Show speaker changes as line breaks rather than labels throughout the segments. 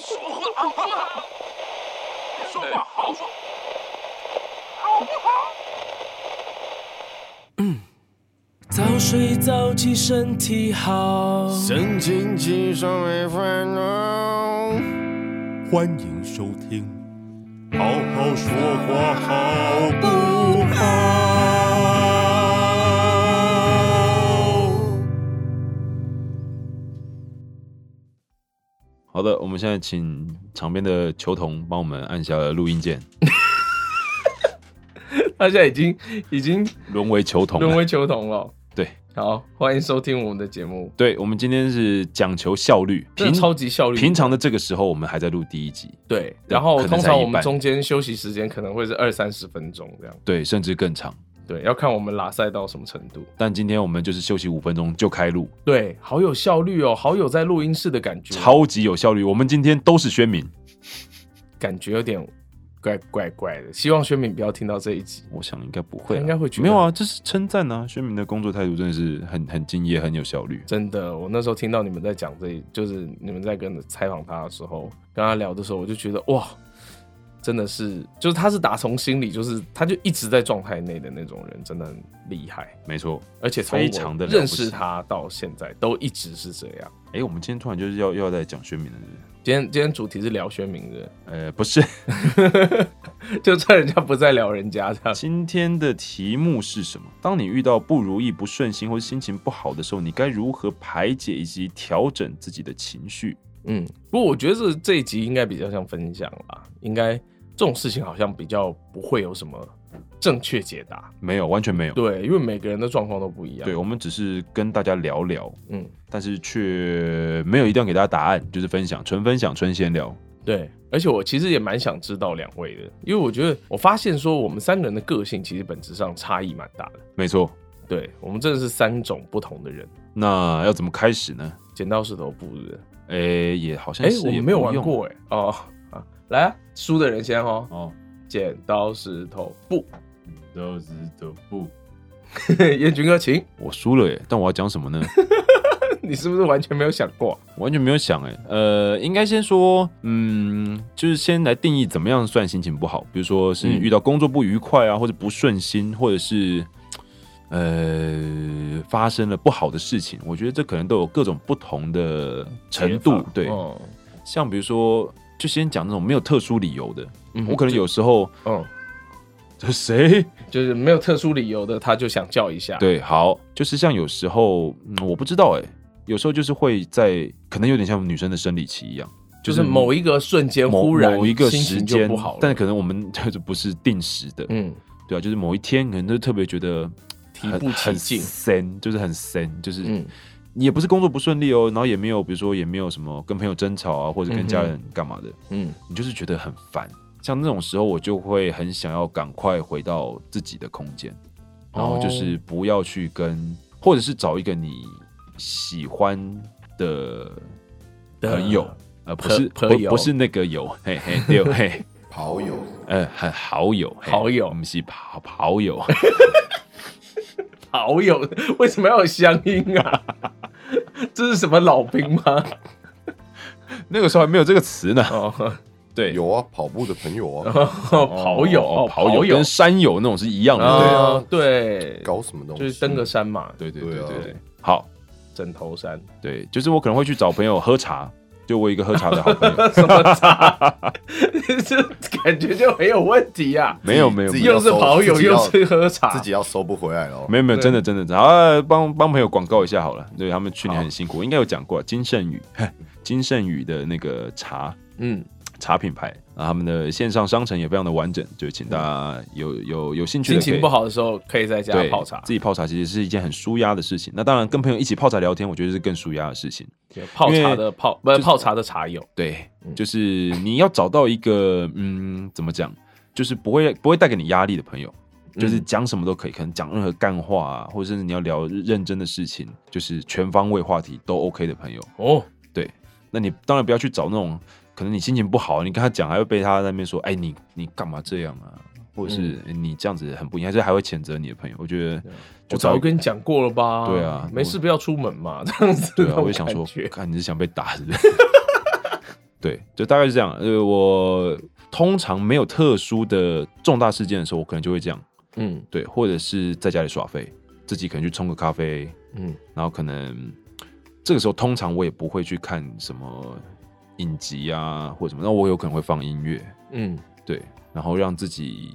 好不好？说话好说，好不好？
早睡早起身体好。
神清气爽没烦恼。欢迎收听，好好说话好不好？
好的，我们现在请场边的球童帮我们按下了录音键，
他现在已经已经
沦为球童了。
沦为球童了。
对，
好，欢迎收听我们的节目，
对，我们今天是讲求效率，
真
平
的超级效率。
平常的这个时候，我们还在录第一集，
对，然后
可能
通
才
常
一
我们
半
中间休息时间可能会是二三十分钟这样，
对，甚至更长。
对，要看我们拉赛到什么程度。
但今天我们就是休息五分钟就开录，
对，好有效率哦，好有在录音室的感觉，
超级有效率。我们今天都是宣明，
感觉有点怪怪怪的。希望轩敏不要听到这一集。
我想应该不会啊，
他应该会觉得
没有啊，这是称赞啊。宣明的工作态度真的是很很敬业，很有效率。
真的，我那时候听到你们在讲这一，就是你们在跟采访他的时候，跟他聊的时候，我就觉得哇，真的是，就是他是打从心里，就是他就一直在状态内的那种人，真的很厉害。
没错，
而且从
非常的
我认识。他到现在都一直是这样。
哎、我们今天突然就是要又要在讲宣明了，是不是
今天今天主题是聊薛明的，
呃，不是，
就趁人家不再聊人家这 样。
今天的题目是什么？当你遇到不如意、不顺心或心情不好的时候，你该如何排解以及调整自己的情绪？
嗯，不过我觉得这这一集应该比较像分享啦，应该这种事情好像比较不会有什么正确解答。
没有，完全没有。
对，因为每个人的状况都不一样。
对，我们只是跟大家聊聊，
嗯，
但是却没有一定要给大家答案，就是分享，纯分享，纯闲聊。
对，而且我其实也蛮想知道两位的，因为我觉得我发现说我们三个人的个性其实本质上差异蛮大的。
没错。
对我们真的是三种不同的人，
那要怎么开始呢？
剪刀石头布是不是？
哎、也好像
哎、
是
我
也
们没有
不
玩
用
过哎、哦啊，来啊，输的人先哦，
哦，
剪刀石头布，
都是都不，
彦君哥请，
我输了耶！但我要讲什么呢？
你是不是完全没有想过？啊
完全没有想哎、呃，应该先说，嗯，就是先来定义怎么样算心情不好，比如说是
嗯
遇到工作不愉快啊，或者不顺心，或者是呃发生了不好的事情，我觉得这可能都有各种不同的程
解
度
法。
对，
嗯
像比如说，就先讲那种没有特殊理由的，
嗯
我可能有时候
嗯，
这谁
就是没有特殊理由的，他就想叫一下。，
对，好，就是像有时候、嗯、我不知道哎、有时候就是会在，可能有点像女生的生理期一样，
就是某一个瞬间
某
忽然
某一个
心
时
情就
间
不好了，
但可能我们 就是不是定时的，
嗯，
对啊，就是某一天可能就特别觉得
提
很
不起
很
劲
神，就是很神，就是、
嗯
也不是工作不顺利哦，然后也没有比如说也没有什么跟朋友争吵啊，或者跟家人干嘛的，
嗯，
你就是觉得很烦。像那种时候，我就会很想要赶快回到自己的空间，然后
哦
就是不要去跟，或者是找一个你喜欢的
的
朋友，呃，不是
朋
不
友
不是那个友，嘿嘿，对，嘿，
好友，
呃，很好友，嘿
好友
我们是跑跑友，
好友为什么要有 乡音啊？ 这是什么老兵吗？
那个时候还没有这个词呢，
哦，
对，
有啊，跑步的朋友 啊，
跑友，
哦
哦
跑友跟山友那种是一样的，
啊，对，
搞什么东西？
就是登个山嘛，
对对对
对啊
对对，好，
枕头山，
对，就是我可能会去找朋友喝茶，就我一个喝茶的好 朋友。
什么茶？ 这感觉就很有问题啊！
没有没有
自
没
己
有
又是跑友，
自己要
又是喝茶
自，己要收不回来了 哦。
没有没有，
对
真的真的，啊，帮帮朋友广告一下好了，对他们去年很辛苦，应该有讲过金盛宇，嘿金盛宇的那个茶
嗯，
茶品牌，啊，他们的线上商城也非常的完整，就请大家有有有兴趣
嗯心
的可以
情不。好的时候可以在家
对，
泡茶
自，己泡茶其实是一件很舒压的事情。那当然，跟朋友一起泡茶聊天，我觉得是更舒压的事情。
泡
因
茶
为
的泡，不是泡茶的茶友，
对，
嗯
就是你要找到一个，嗯，怎么讲，就是不会不会带给你压力的朋友，
嗯
就是讲什么都可以，可能讲任何干话啊，或者是你要聊认真的事情，就是全方位话题都 OK 的朋友。
哦，
对，那你当然不要去找那种可能你心情不好，你跟他讲还会被他在那边说，哎，你你干嘛这样啊？或者是、哎你这样子很不应该，这还会谴责你的朋友。啊我觉得
我
就找
早就
一个。
跟你讲过了吧？
对啊
没事不要出门嘛，这样子。
对啊，
那种
我就想说
感觉，
看你是想被打是不是？ 对，就大概是这样。呃，我通常没有特殊的重大事件的时候，我可能就会这样，
嗯
对，或者是在家里耍废，自己可能去冲个咖啡，
嗯，
然后可能这个时候通常我也不会去看什么影集啊或者什么，那我有可能会放音乐，
嗯
对，然后让自己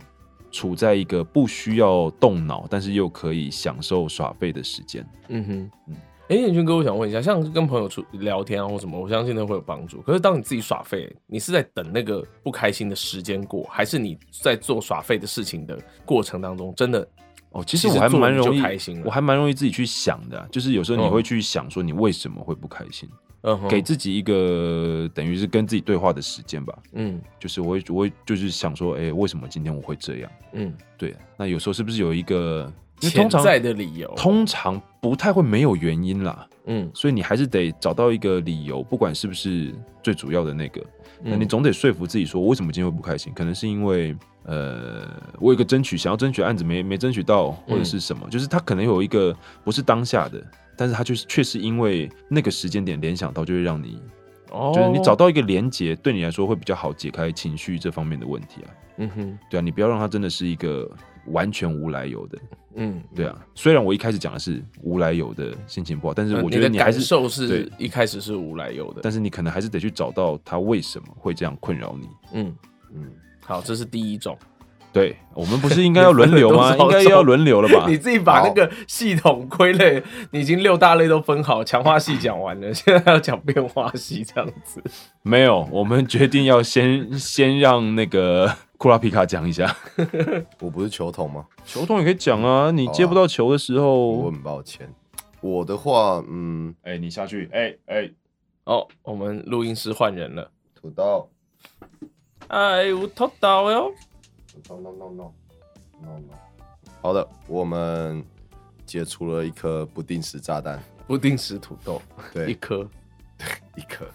处在一个不需要动脑，但是又可以享受耍废的时间。
嗯哼
嗯。
哎、彦君哥，我想问一下，像是跟朋友出聊天啊或什么，我相信那会有帮助。可是当你自己耍废，你是在等那个不开心的时间过，还是你在做耍废的事情的过程当中，真的
哦，其
其
实
实
我还
做
蛮
你就
容易
开心了
我还蛮容易自己去想的啊、就是有时候你
嗯
会去想说你为什么会不开心，
嗯哼
给自己一个等于是跟自己对话的时间吧。
嗯
就是我会我会就是想说，哎、为什么今天我会这样？
嗯
对，啊那有时候是不是有一个因为
潜
通常
在的理由，
通常不太会没有原因啦，
嗯，
所以你还是得找到一个理由，不管是不是最主要的那个，那你
嗯
总得说服自己说，为什么今天会不开心？可能是因为呃，我有一个争取想要争取的案子没没争取到，或
嗯
者是什么，就是他可能有一个不是当下的，但是他就是确实因为那个时间点联想到，就会让你、
哦
就是你找到一个连结，对你来说会比较好解开情绪这方面的问题啊，
嗯哼
对啊，你不要让它真的是一个完全无来由的，
嗯，
对啊，虽然我一开始讲的是无来由的心情不好，但是
嗯
我觉得
你
你
的
还
感
是
受是
对
一开始是无来由的，
但是你可能还是得去找到他为什么会这样困扰你。
嗯，
嗯，
好，这是第一 种。
对我们不是应该要轮流吗？应
你分了多少？
该要轮流了吧
你自己把那个系统归类，你已经六大类都分好，强化系讲完了， 现在要讲变化系这样子。
没有，我们决定要先先让那个库拉皮卡讲一下。
我不是球童吗？
球童也可以讲啊，你接不到球的时
嗯
我
候，
很抱歉。我的话，嗯，
哦哎、你下去，哎、哎、
哦，我们录音师换人了。
土豆
哎，我头到哟。
，no no no no no no。好的，我们解除了一颗不定时炸 弹，
不定时土豆一
对，
颗，，
一颗。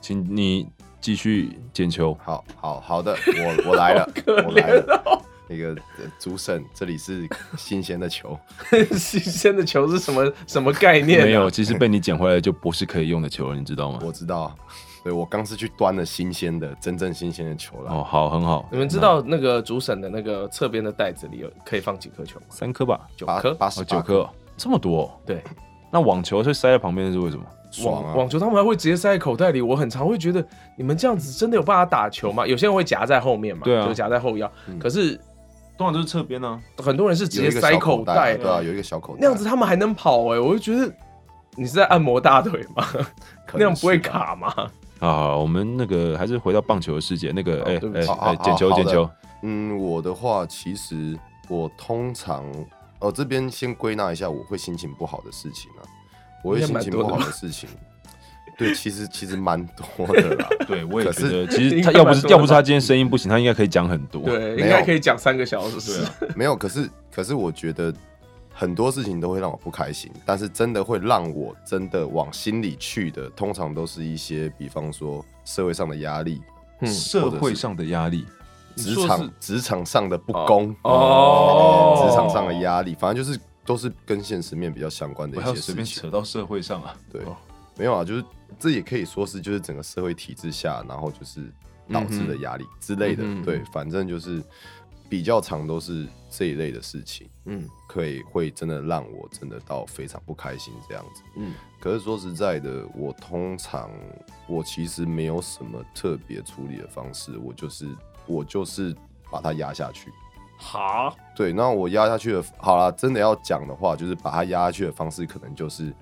请你继续捡球。
好好好的，我我来了
可
我来
怜
了。
哦！
那个呃主审，这里是新鲜的球，
新鲜的球是什么什么概念、啊
没有，，其实被你捡回来就不是可以用的球了，你知道吗？
我知道。对我刚是去端了新鲜的，真正新鲜的球了。
哦，好，很好。
你们知道那个主审的那个侧边的袋子里有可以放几颗球吗？
三颗吧？
九
八
颗。
八
哦，
十
九
八
颗哦，这么多哦、
对，
那网球是塞在旁边是为什么？
爽
网
啊！
网球他们还会直接塞在口袋里，我很常会觉得你们这样子真的有办法打球吗？有些人会夹在后面嘛，
对啊
就夹在后腰。
嗯
可是啊
通常都是侧边呢。
很多人是直
有
接
一个
塞
小
口
口
袋，
对啊，有一个小口袋，
那样子他们还能跑哎、我就觉得你是在按摩大腿吗？
可
那样
能是吧
不会。卡吗？
啊，我们那个还是回到棒球的世界。那个，
哦
哎
对不
哎
起
哎，
好
捡球
好
捡球，
嗯，我的话，其实我通常，哦，这边先归纳一下，我会心情不好的事情啊，我会
应该
心
蛮
情
多
不
的
好
吧
的事情，对，其实其实蛮多的啦。
对，我
也觉
得，
得
其实
应
他
该
要不
蛮
是
多
要
的
不是他
吧
今天声音不行，他应该可以讲很多。
对，
没
应该
有
可以讲三个小时。
没有，可是可是我觉得很多事情都会让我不开心，但是真的会让我真的往心里去的，通常都是一些，比方说社会上的压力、
嗯
社
或者
会
是
上的压力，
职
说是
场职场上的不公嗯
哦
职场上的压力，反正就是都是跟现实面比较相关的
不
一
要
些
随
事
便
情。
扯到社会上啊。
对，没有啊，就是这也可以说是就是整个社会体制下，然后就是导致的压力之类的。
嗯哼
对，反正就是比较常都是这一类的事情，
嗯
可以会真的让我真的到非常不开心这样子。
嗯，
可是说实在的，我通常我其实没有什么特别处理的方式，我就是我就是把它压下去。
好，
对，那我压下去的，好啦，真的要讲的话，就是把它压下去的方式，可能就是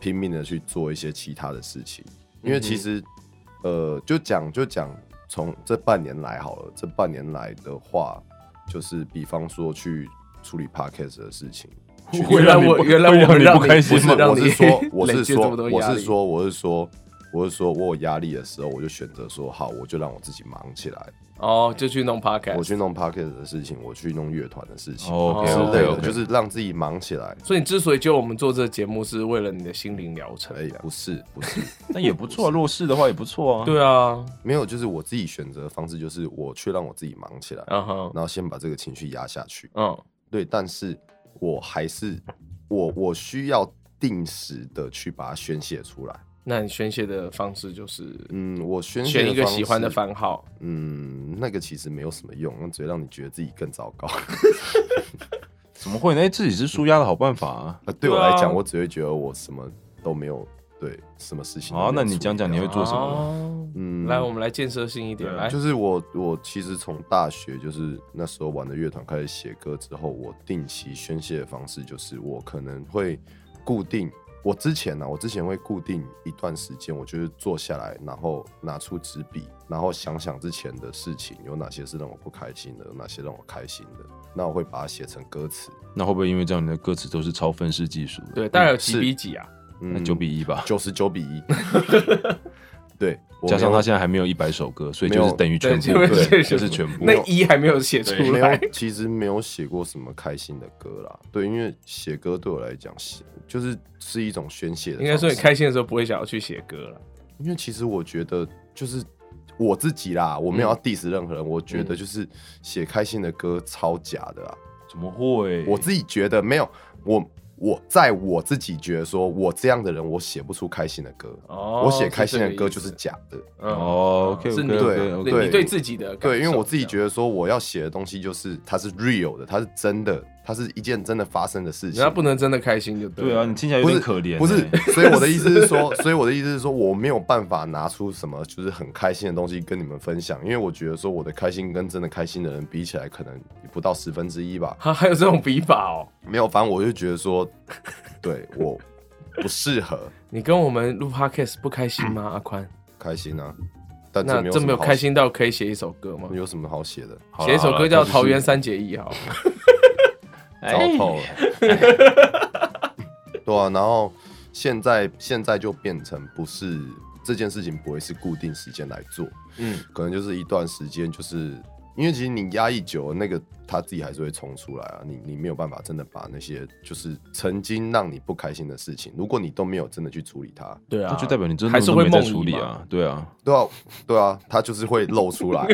拼命的去做一些其他的事情，因为
嗯
其实，呃，就讲就讲，从这半年来好了，这半年来的话，就是比方说去处理 podcast 的事情，
原来 我原来
会让
我
你
让
不开心
不
你
是，
让
我
你
是 说，我
累
是
积
说
这么，多
我
压力
是说，我是说，我是说我有压力的时候，我就选择说，好，我就让我自己忙起来，
哦，就去弄 podcast，
我去弄 podcast 的事情，我去弄乐团的事情。
哦
OK
之类
OK
的，
OK，
就是让自己忙起来。
所以你之所以揪我们做这个节目，是为了你的心灵疗程
哎、。不是不是，
那也不错啊。弱势的话也不错啊。，
对啊，
没有，就是我自己选择的方式，就是我去让我自己忙起来，
嗯哼，
然后先把这个情绪压下去。
嗯
对，但是我还是我我需要定时的去把它宣泄出来。
那你宣泄的方式就是
嗯，我宣泄
选一个
方
喜欢的
式
番号，
嗯，那个其实没有什么用，那只会让你觉得自己更糟糕。
怎么会呢？这也是舒压的好办法啊！
呃对我
对啊
来讲，我只会觉得我什么都没有，对，什么事情都没有
好，那你
处理
讲讲你
掉啊
会做什么？
哦
嗯
来，我们来建设性一点，
对
来，
就是我，我其实从大学就是那时候玩的乐团开始写歌之后，我定期宣泄的方式就是我可能会固定，我之前啊呢、我之前会固定一段时间，我就是坐下来，然后拿出纸笔，然后想想之前的事情，有哪些是让我不开心的，有哪些让我开心的，那我会把它写成歌词。
那会不会因为这样你的歌词都是超分式技术的？
对，大概有
是
几比几啊？
那
嗯
九比一吧，
九十九比一， 对，我
加上
没有
他现在还没有一百首歌，所以
没
就
有
是等于全部，
对
对，
对
就是全部
那。一还没有写出
没
来，
有，其实没有写过什么开心的歌啦。对，因为写歌对我来讲，写就是是一种宣泄的。
应该说你，开心的时候不会想要去写歌了。
因为其实我觉得就是我自己啦，我
嗯
没有要 diss 任何人，我觉得就是写开心的歌超假的啦。
怎么会？
我自己觉得没有，我我在我自己觉得说，我这样的人，我写不出开心的歌。
哦
我写开心的歌就是
这个意思
假的，
嗯
哦，OK，
是你
对
对
对
你对自己的感
对，因为
受啊
我自己
这样
觉得说，我要写的东西就是它是 real 的，它是真的，它是一件真的发生的事情。
人家不能真的开心就对
对
了
啊，你听起来有
不
点
是
可怜欸，
不是， 所以我的意思是说， 所以我的意思是说，我没有办法拿出什么就是很开心的东西跟你们分享，因为我觉得说我的开心跟真的开心的人比起来，可能不到十分之一吧。
还还有这种笔法哦。
没有，反正我就觉得说，对我不适合
你跟我们录 podcast 不开心吗，阿宽？
开心 啊，但这
那
没有
真
什
嗯没有
么好
开，心到可以写一首歌吗？
有什么好写的？
好啦
写一首歌叫《桃园。
好啦
三结义》好了，哎
糟透 了。对啊，然后现在现在就变成不是这件事情不会是固定时间来做，
嗯
嗯，可能就是一段时间，就是因为其实你压抑久了，那个他自己还是会冲出来啊，你你没有办法真的把那些就是曾经让你不开心的事情，如果你都没有真的去处理它，
对啊
那就代表你真的
还是
都
会
没在
梦
处
遗
理
嘛
啊，对啊，
对啊对啊，它就是会露出来、啊。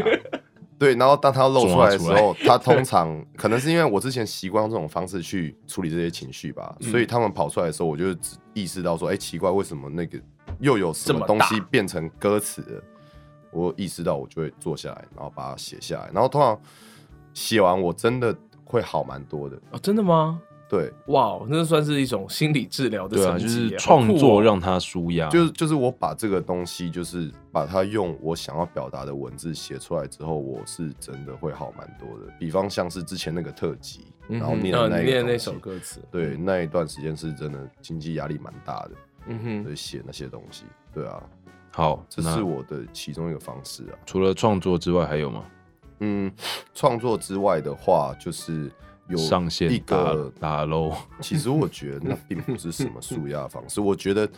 对，然后当它露出来的时
抓
候，它通常可能是因为我之前习惯用这种方式去处理这些情绪吧，所以他们跑出来的时候，我就只意识到说，哎、奇怪，为什么那个又有什
这么
么
大
东西变成歌词了？我意识到，我就会坐下来，然后把它写下来，然后通常写完，我真的会好蛮多的。
哦，真的吗？
对，
哇哦，那算是一种心理治疗的
对啊，
层
就
级耶，
是
好酷
创
哦
作让他舒压，
就是就是我把这个东西，就是把它用我想要表达的文字写出来之后，我是真的会好蛮多的。比方像是之前那个特辑，然后念的
嗯
那
你
一
念
个
的
东
那首
西，
歌嗯词，
对，那一段时间是真的经济压力蛮大的，
嗯哼，
所以写那些东西，对啊，
好，
这
那
是我的其中一个方式啊。
除了创作之外还有吗？
嗯，创作之外的话，就是有
上线
一
打
个
打 喽，
其实我觉得那并不是什么舒压方式，我觉得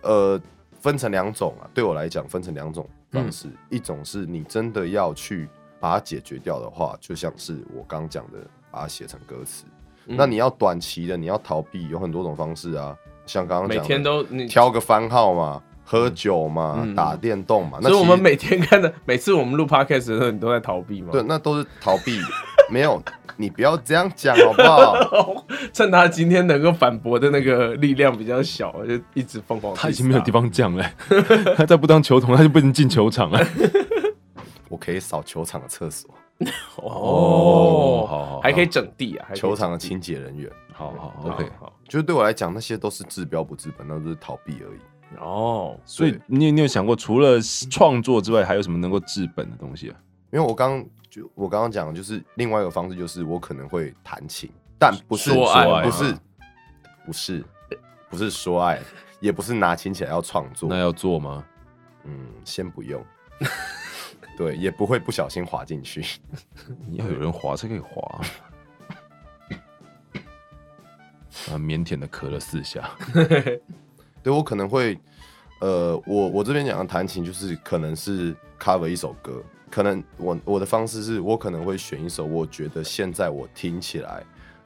呃分成两种啊，对我来讲分成两种方式，一种是你真的要去把它解决掉的话，就像是我刚讲的，把它写成歌词。
嗯
那你要短期的，你要逃避，有很多种方式啊，像刚刚
每
讲的，
天都你，
挑个番号嘛，喝酒嘛，打电动嘛，那
所以我
其实
们每天看的， 每次我们录 podcast 的时候，你都在逃避吗？
对，那都是逃避， 没有。你不要这样讲好不好？
趁他今天能够反驳的那个力量比较小，就一直疯狂。
他已经没有地，方讲了， 他再不当球童，他就不能进球场了。
我可以扫球场的厕所，
哦
好好，
还可以整地啊，还可以
球场的
整地
清洁人员。
好好
对
OK。
好
就是对我来讲，那些都是治标不治本，那都是逃避而已。
哦，
所以你你有想过，除了创作之外，还有什么能够治本的东西啊？
因为我刚就我刚刚讲，的就是另外一个方式，就是我可能会弹琴，但不是
说爱
不是不是不是说爱，也不是拿琴起来要创作
那。要做吗？
嗯，先不用。 对，也不会不小心滑进去。
你要有人滑才可以滑。 啊，腼腆的咳了四下。
对我可能会，呃，我我这边讲的弹琴就是可能是 cover 一首歌，可能我我的方式是我可能会选一首我觉得现在我听起来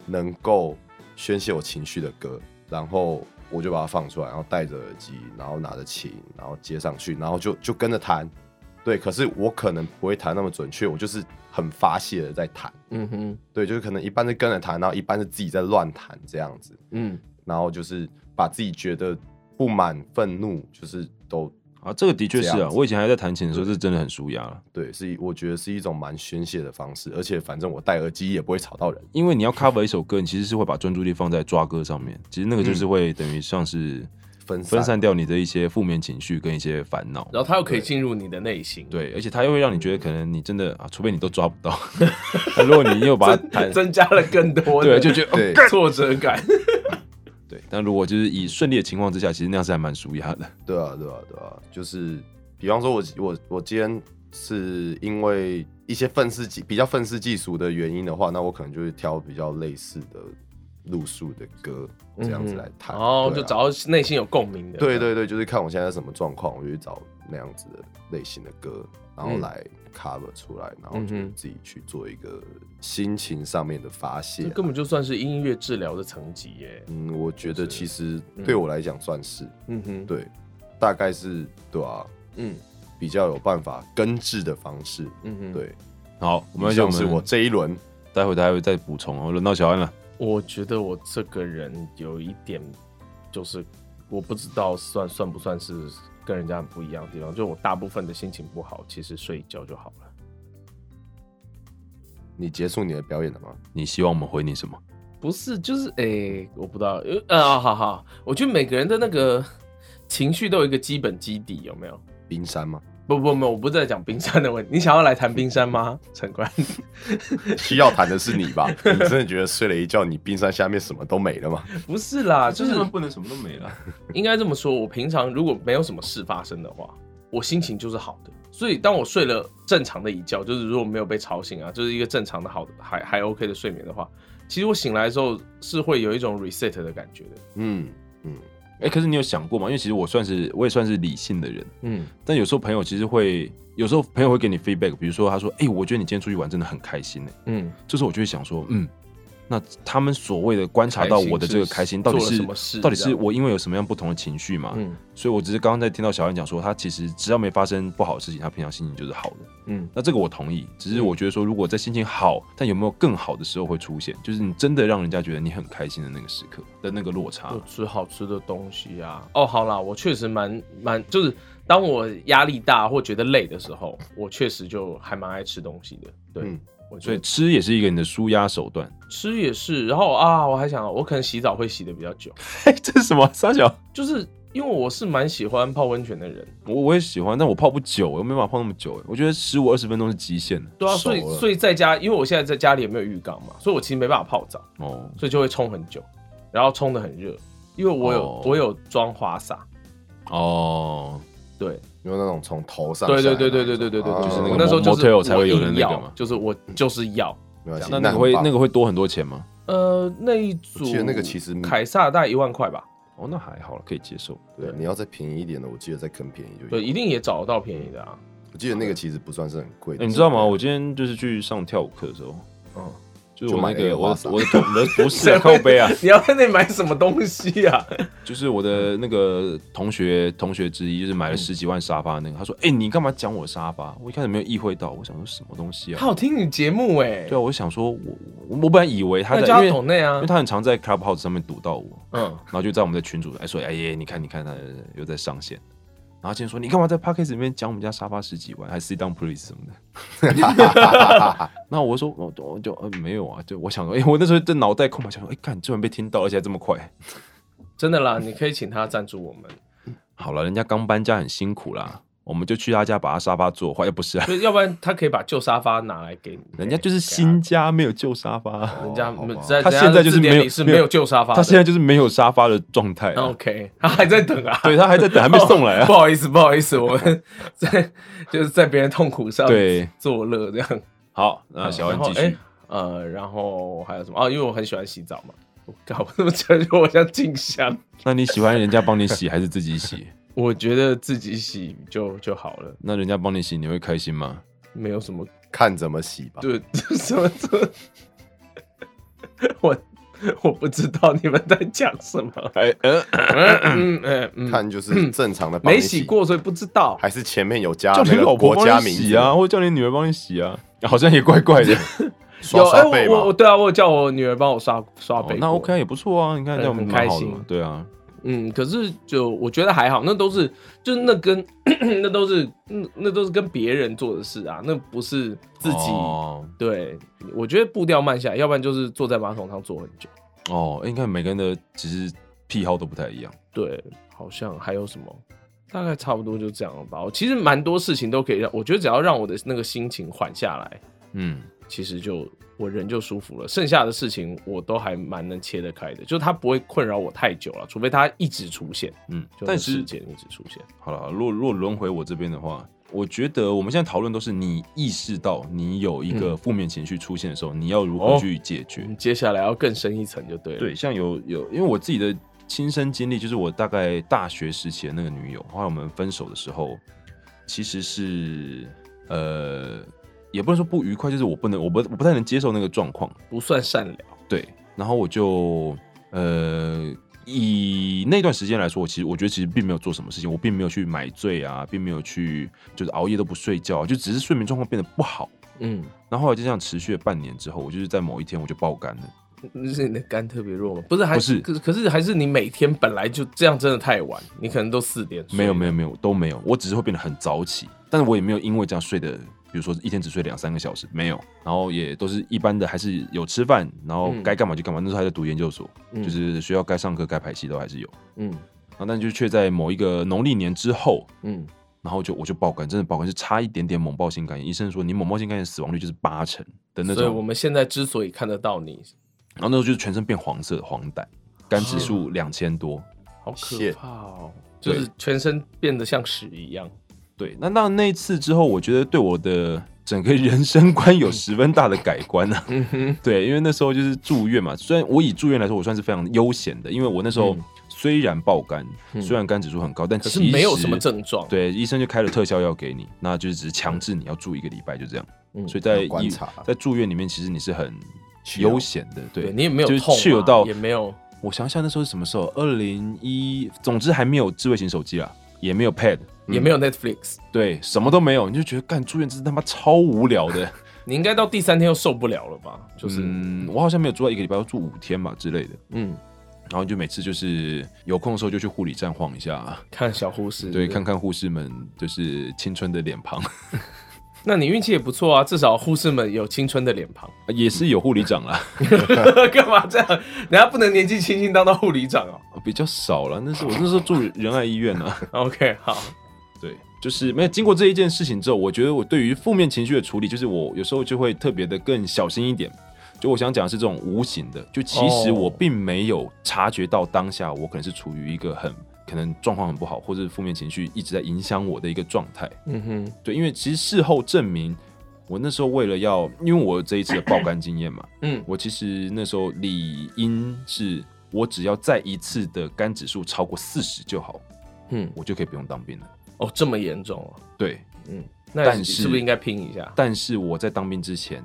能够宣泄我情绪的歌，然后我就把它放出来，然后戴着耳机，然后拿着琴，然后接上去，然后就就跟着弹。对，可是我可能不会弹那么准确，我就是很发泄的在弹。
嗯哼，
对，就是可能一半是跟着弹，然后一半是自己在乱弹这样子。
嗯，
然后就是把自己觉得不满、愤怒，就是都
啊，这个的确是
这
啊
样，子
我以前还在弹琴的时候，这真的很舒压啊了，
对，是一我觉得是一种蛮宣泄的方式，而且反正我戴耳机也不会吵到人。
因为你 要 cover 一首歌，你其实是会把专注力放在抓歌上面，其实那个就是会等于像是
分散
分散掉你的一些负面情绪跟一些烦恼。
然后它又可以进入你的内心，，
对，而且它又会让你觉得可能你真的啊，除非你都抓不到， 那如果你又把它弹，
增加了更多的
对，就觉得哦
对，
挫折感。
对。但如果就是以顺利的情况之下，其实那样是还蛮舒压的。
对啊，对啊，对啊，就是比方说我，我我今天是因为一些愤世嫉比较愤世嫉俗的原因的话，那我可能就会挑比较类似的路数的歌这
嗯
样子来弹，
哦，
对
就
啊
找到内心有共鸣的，
对对对，就是看我现在什么状况，我就去找那样子的类型的歌，然后
嗯
来 cover 出来，然后
嗯
就
哼
自己去做一个心情上面的发泄
这
啊。
根本就算是音乐治疗的层级耶。
嗯，我觉得
是
其实对我来讲算是、
嗯哼，
对，大概是对啊，
嗯
比较有办法根治的方式。
嗯哼，。
对，
好，我们
以
要
上是我这一轮
待会待会再补充哦。轮到小安了，
我觉得我这个人有一点，就是我不知道算算不算是跟人家很不一样的地方，就我大部分的心情不好，其实睡一觉就好了。
你结束你的表演了吗？
你希望我们回你什么？
不是，就是诶、我不知道，呃啊，好好，我觉得每个人的那个情绪都有一个基本基底，有没有？
冰山吗？
不不不，我不是在讲冰山的问题。你想要来谈冰山吗，陈 冠？
需要谈的是你 吧？你真的觉得睡了一觉，你冰山下面什么都没了吗？
不是啦，啊就是
不能什么都没了。
应该这么说，我平常如果没有什么事发生的话，我心情就是好的。所以当我睡了正常的一觉，就是如果没有被吵醒啊，就是一个正常的好的还还 OK 的睡眠的话，其实我醒来的时候是会有一种 reset 的感觉的。
嗯嗯，
哎、可是你有想过吗？因为其实我算是我也算是理性的人，
嗯
但有时候朋友其实会，有时候朋友会给你 feedback，比如说他说：“哎、我觉得你今天出去玩真的很开心呢。欸
嗯，”
这时候我就会想说：“嗯，那他们所谓的观察到我的这个开心，到底
做了
是
什么事
到底是
这样
我因为有什么样不同的情绪嘛？
嗯
所以我只是刚刚在听到小安讲说，他其实只要没发生不好的事情，他平常心情就是好的。
嗯
那这个我同意，只是我觉得说，如果在心情好，但有没有更好的时候会出现，就是你真的让人家觉得你很开心的那个时刻的那个落差
有。吃好吃的东西啊。哦，好啦，我确实蛮蛮，就是当我压力大或觉得累的时候，我确实就还蛮爱吃东西的。对，
嗯
我觉
所
得
以吃也是一个你的舒压手段。
吃也是。然后啊，我还想，我可能洗澡会洗的比较久，
哎， 这是什么？三小？
就是因为我是蛮喜欢泡温泉的人，
我我也喜欢，但我泡不久，我没办法泡那么久。我觉得十五二十分钟是极限的。
对啊，
熟
所以
了
所以在家，因为我现在在家里也没有浴缸嘛，所以我其实没办法泡澡，
哦，
所以就会冲很久，然后冲的很热，因为我有、
哦
我有装花洒，
哦，
对
有那种从头上
对
下来
对
的
对对对对对对，
啊
就是
那个
我那时候就是
motel 才会有的
我硬
那个
要
嘛嗯
就是我就是要。
没关系，
那那个会那个会多很多钱吗？
呃，那一
我
组
记得那个其实
凯撒大概一万块吧，
哦，那还好了，可以接受。
对，你要再便宜一点的，我记得再更便宜就
对，
有。
一定也找得到便宜的啊。
我记得那个其实不算是很贵
哎、
的，
你知道吗？我今天就是去上跳舞课的时候，
嗯，
就是我
就买
那个
Air
我
花
的
洒
我的同 我的不是啊靠背啊，
你要在那里买什么东西啊？
就是我的那个同学同学之一，就是买
嗯
了十几万沙发那个，他说：“哎、你干嘛讲我沙发？”我一开始没有意会到，我想说什么东西啊
他？有听你节目哎、
对啊，我就想说我我我本来以为他
那
在，
就要
因为
懂内啊
因为他很常在 Clubhouse 上面堵到我，
嗯，
然后就在我们的群主哎说，哎耶，你看你看他又在上线，然后他今天说你干嘛在 p a c k a g e 里面讲我们家沙发十几万，还 sit down please 什么的。 那我就说我我就、呃、没有啊，就我想说，哎、我那时候这脑袋空白，想说，哎、看居然被听到，而且还这么快。
真的 啦，你可以请他赞助我们。
好了，人家刚搬家很辛苦啦，我们就去他家把他沙发做坏，哎不是啊，
所以要不然他可以把旧沙发拿来给你，
人家就是新家没有旧沙发，
人家
哦好吧
在
他现在就是没有
人家的字典里是没有旧沙发的，哦
他现在就是没有沙发的状态啊、
OK，他还在等啊，
对他还在等，还没送来啊
哦不。好意思，不好意思，我们 在就是在别人痛苦上
对
作乐这样。
好，那小安
然后
继续。
哎呃，然后还有什么？哦，因为我很喜欢洗澡嘛。我靠，我怎么 觉得我像静香？
那你喜欢人家帮你洗还是自己洗？
我觉得自己洗就就好了，
那人家帮你洗，你会开心吗？
没有什么
看怎么洗吧。
对什么什么，我我不知道你们在讲什么。
哎，呃，
嗯嗯嗯，
看就是正常的，
没洗，过，所以不知道。
还是前面有加
啊
叫你
那个
老婆
国家
帮
名
你
字
洗啊，，或者叫你女儿帮你洗啊，好像也怪怪 的。
刷刷
哎、
背
我我我
嘛。
对啊，我有叫我女儿帮我刷刷
哦
背、
那 OK 啊也不错啊，你看
嗯
这样
很
蛮好的
开心
嘛。对啊，
嗯，可是就我觉得还好，那都是就是那跟 那都是那那都是跟别人做的事啊，那不是自己。
哦
对，我觉得步调慢下来，要不然就是坐在马桶上坐很久。
哦，应该每个人的其实癖好都不太一样。
对，好像还有什么，大概差不多就这样了吧。我其实蛮多事情都可以让，我觉得只要让我的那个心情缓下来，
嗯，
其实就我人就舒服了。剩下的事情我都还蛮能切得开的，就是它不会困扰我太久了，除非它一直出现，
嗯，
就
但
那
是
事件一直出现。
好了，如果如果轮回我这边的话，我觉得我们现在讨论都是你意识到你有一个负面情绪出现的时候，你要如何
嗯哦
去解决。
我们接下来要更深一层就对了。
对，，像有有，因为我自己的亲身经历，就是我大概大学时期的那个女友，后来我们分手的时候，其实是呃，也不能说不愉快，就是我不能，我不我不太能接受那个状况。
不算善良。
对，然后我就呃，以那段时间来说，我其实我觉得其实并没有做什么事情，我并没有去买醉啊，并没有去就是熬夜都不睡觉、啊，就只是睡眠状况变得不好。
嗯，
然后后来就这样持续了半年之后，我就是在某一天我就爆肝了。
就是你的肝特别弱吗？不是，还
不是
可可是还是你每天本来就这样，真的太晚，你可能都四点。
没有没有，没有都没有，我只是会变得很早起，但是我也没有因为这样睡的，比如说一天只睡两三个小时，没有，然后也都是一般的，还是有吃饭，然后
嗯
该干嘛就干嘛。那时候还在读研究所，
嗯
就是学校该上课该排戏都还是有，
嗯
然后但就却在某一个农历年之后，
嗯，
然后就我就爆肝，真的爆肝是差一点点猛爆性肝炎，医生说你猛爆性肝炎死亡率就是八成的那
所以我
种，
们现在之所以看得到你，
然后那时候就是全身变黄色黄疸，肝指数两千多，
好可
Shit
怕哦，就
对
是全身变得像屎一样。
对，那那那一次之后，我觉得对我的整个人生观有十分大的改观啊。
嗯
对，因为那时候就是住院嘛，虽然我以住院来说，我算是非常悠闲的，因为我那时候
嗯
虽然爆肝，虽然肝指数很高，但
可
其
是
实
没有什么症状。，
对，医生就开了特效药给你，那就是只是强制你要住一个礼拜，就这样。
嗯
所以在
要观
医
察
在住院里面，其实你是很悠闲的，对
对你也没有
就是
痛嘛，
去有到
也没有。
我想想那时候是什么时候？二零一，总之还没有智慧型手机啊，也没有 Pad，
也没有 Netflix，、
对，什么都没有，你就觉得干住院真是他妈超无聊的。
你应该到第三天又受不了了吧？就是，
嗯，我好像没有住到一个礼拜，要住五天吧之类的。
嗯，
然后就每次就是有空的时候就去护理站晃一下，啊
看小护士，
对，看。看护士们就是青春的脸庞，
那你运气也不错啊，至少护士们有青春的脸庞。
也是有护理长啦，
干嘛这样？人家不能年纪轻轻当到护理长哦。
比较少了。那是我那时候住仁爱医院啊呢、
OK，好，
对，就是没有经过这一件事情之后，我觉得我对于负面情绪的处理，就是我有时候就会特别的更小心一点。就我想讲的是这种无形的，就其实
哦
我并没有察觉到当下我可能是处于一个很可能状况很不好，或者负面情绪一直在影响我的一个状态。
嗯哼，
对，因为其实事后证明，我那时候为了要，因为我有这一次的爆肝经验嘛，
嗯
我其实那时候理应是我只要再一次的肝指数超过四十就好，
嗯，
我就可以不用当兵了。
哦，这么严重哦、
对，
那
但是
是不是应该拼一下？，
但是我在当兵之前。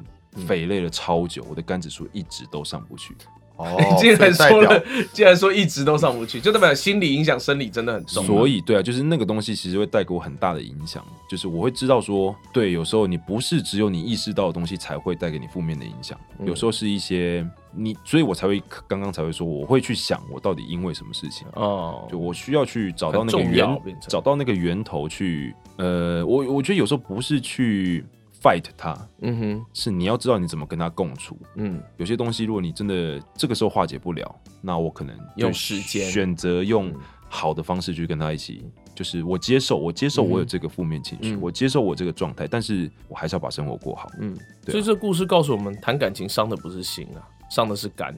匪类了超久，我的肝指数一直都上不去，
哦
竟然
所以代
说
表
了，竟然说一直都上不去，就代表心理影响生理真的很重。
所以对啊，就是那个东西其实会带给我很大的影响，就是我会知道说，对，有时候你不是只有你意识到的东西才会带给你负面的影响，
嗯
有时候是一些你，所以我才会刚刚才会说，我会去想我到底因为什么事情，
哦，
就我需要去找到那个
很重要
源
变，成
找到那个源头去，呃，我我觉得有时候不是去 fight 它，
嗯哼，
是你要知道你怎么跟它共处。
嗯，
有些东西，如果你真的这个时候化解不了，那我可能就
用时间嗯
选择用好的方式去跟他一起，就是我接受，我接受我有这个负面情绪，
嗯
我接受我这个状态，但是我还是要把生活过好。对啊
所以这故事告诉我们，谈感情伤的不是心啊，伤的是肝。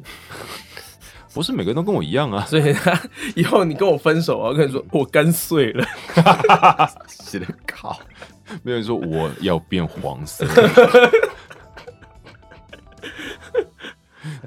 不是每个人都跟我一样啊，
所以他以后你跟我分手啊，我跟你说我肝碎了，
写的靠，
没有人说我要变黄 色。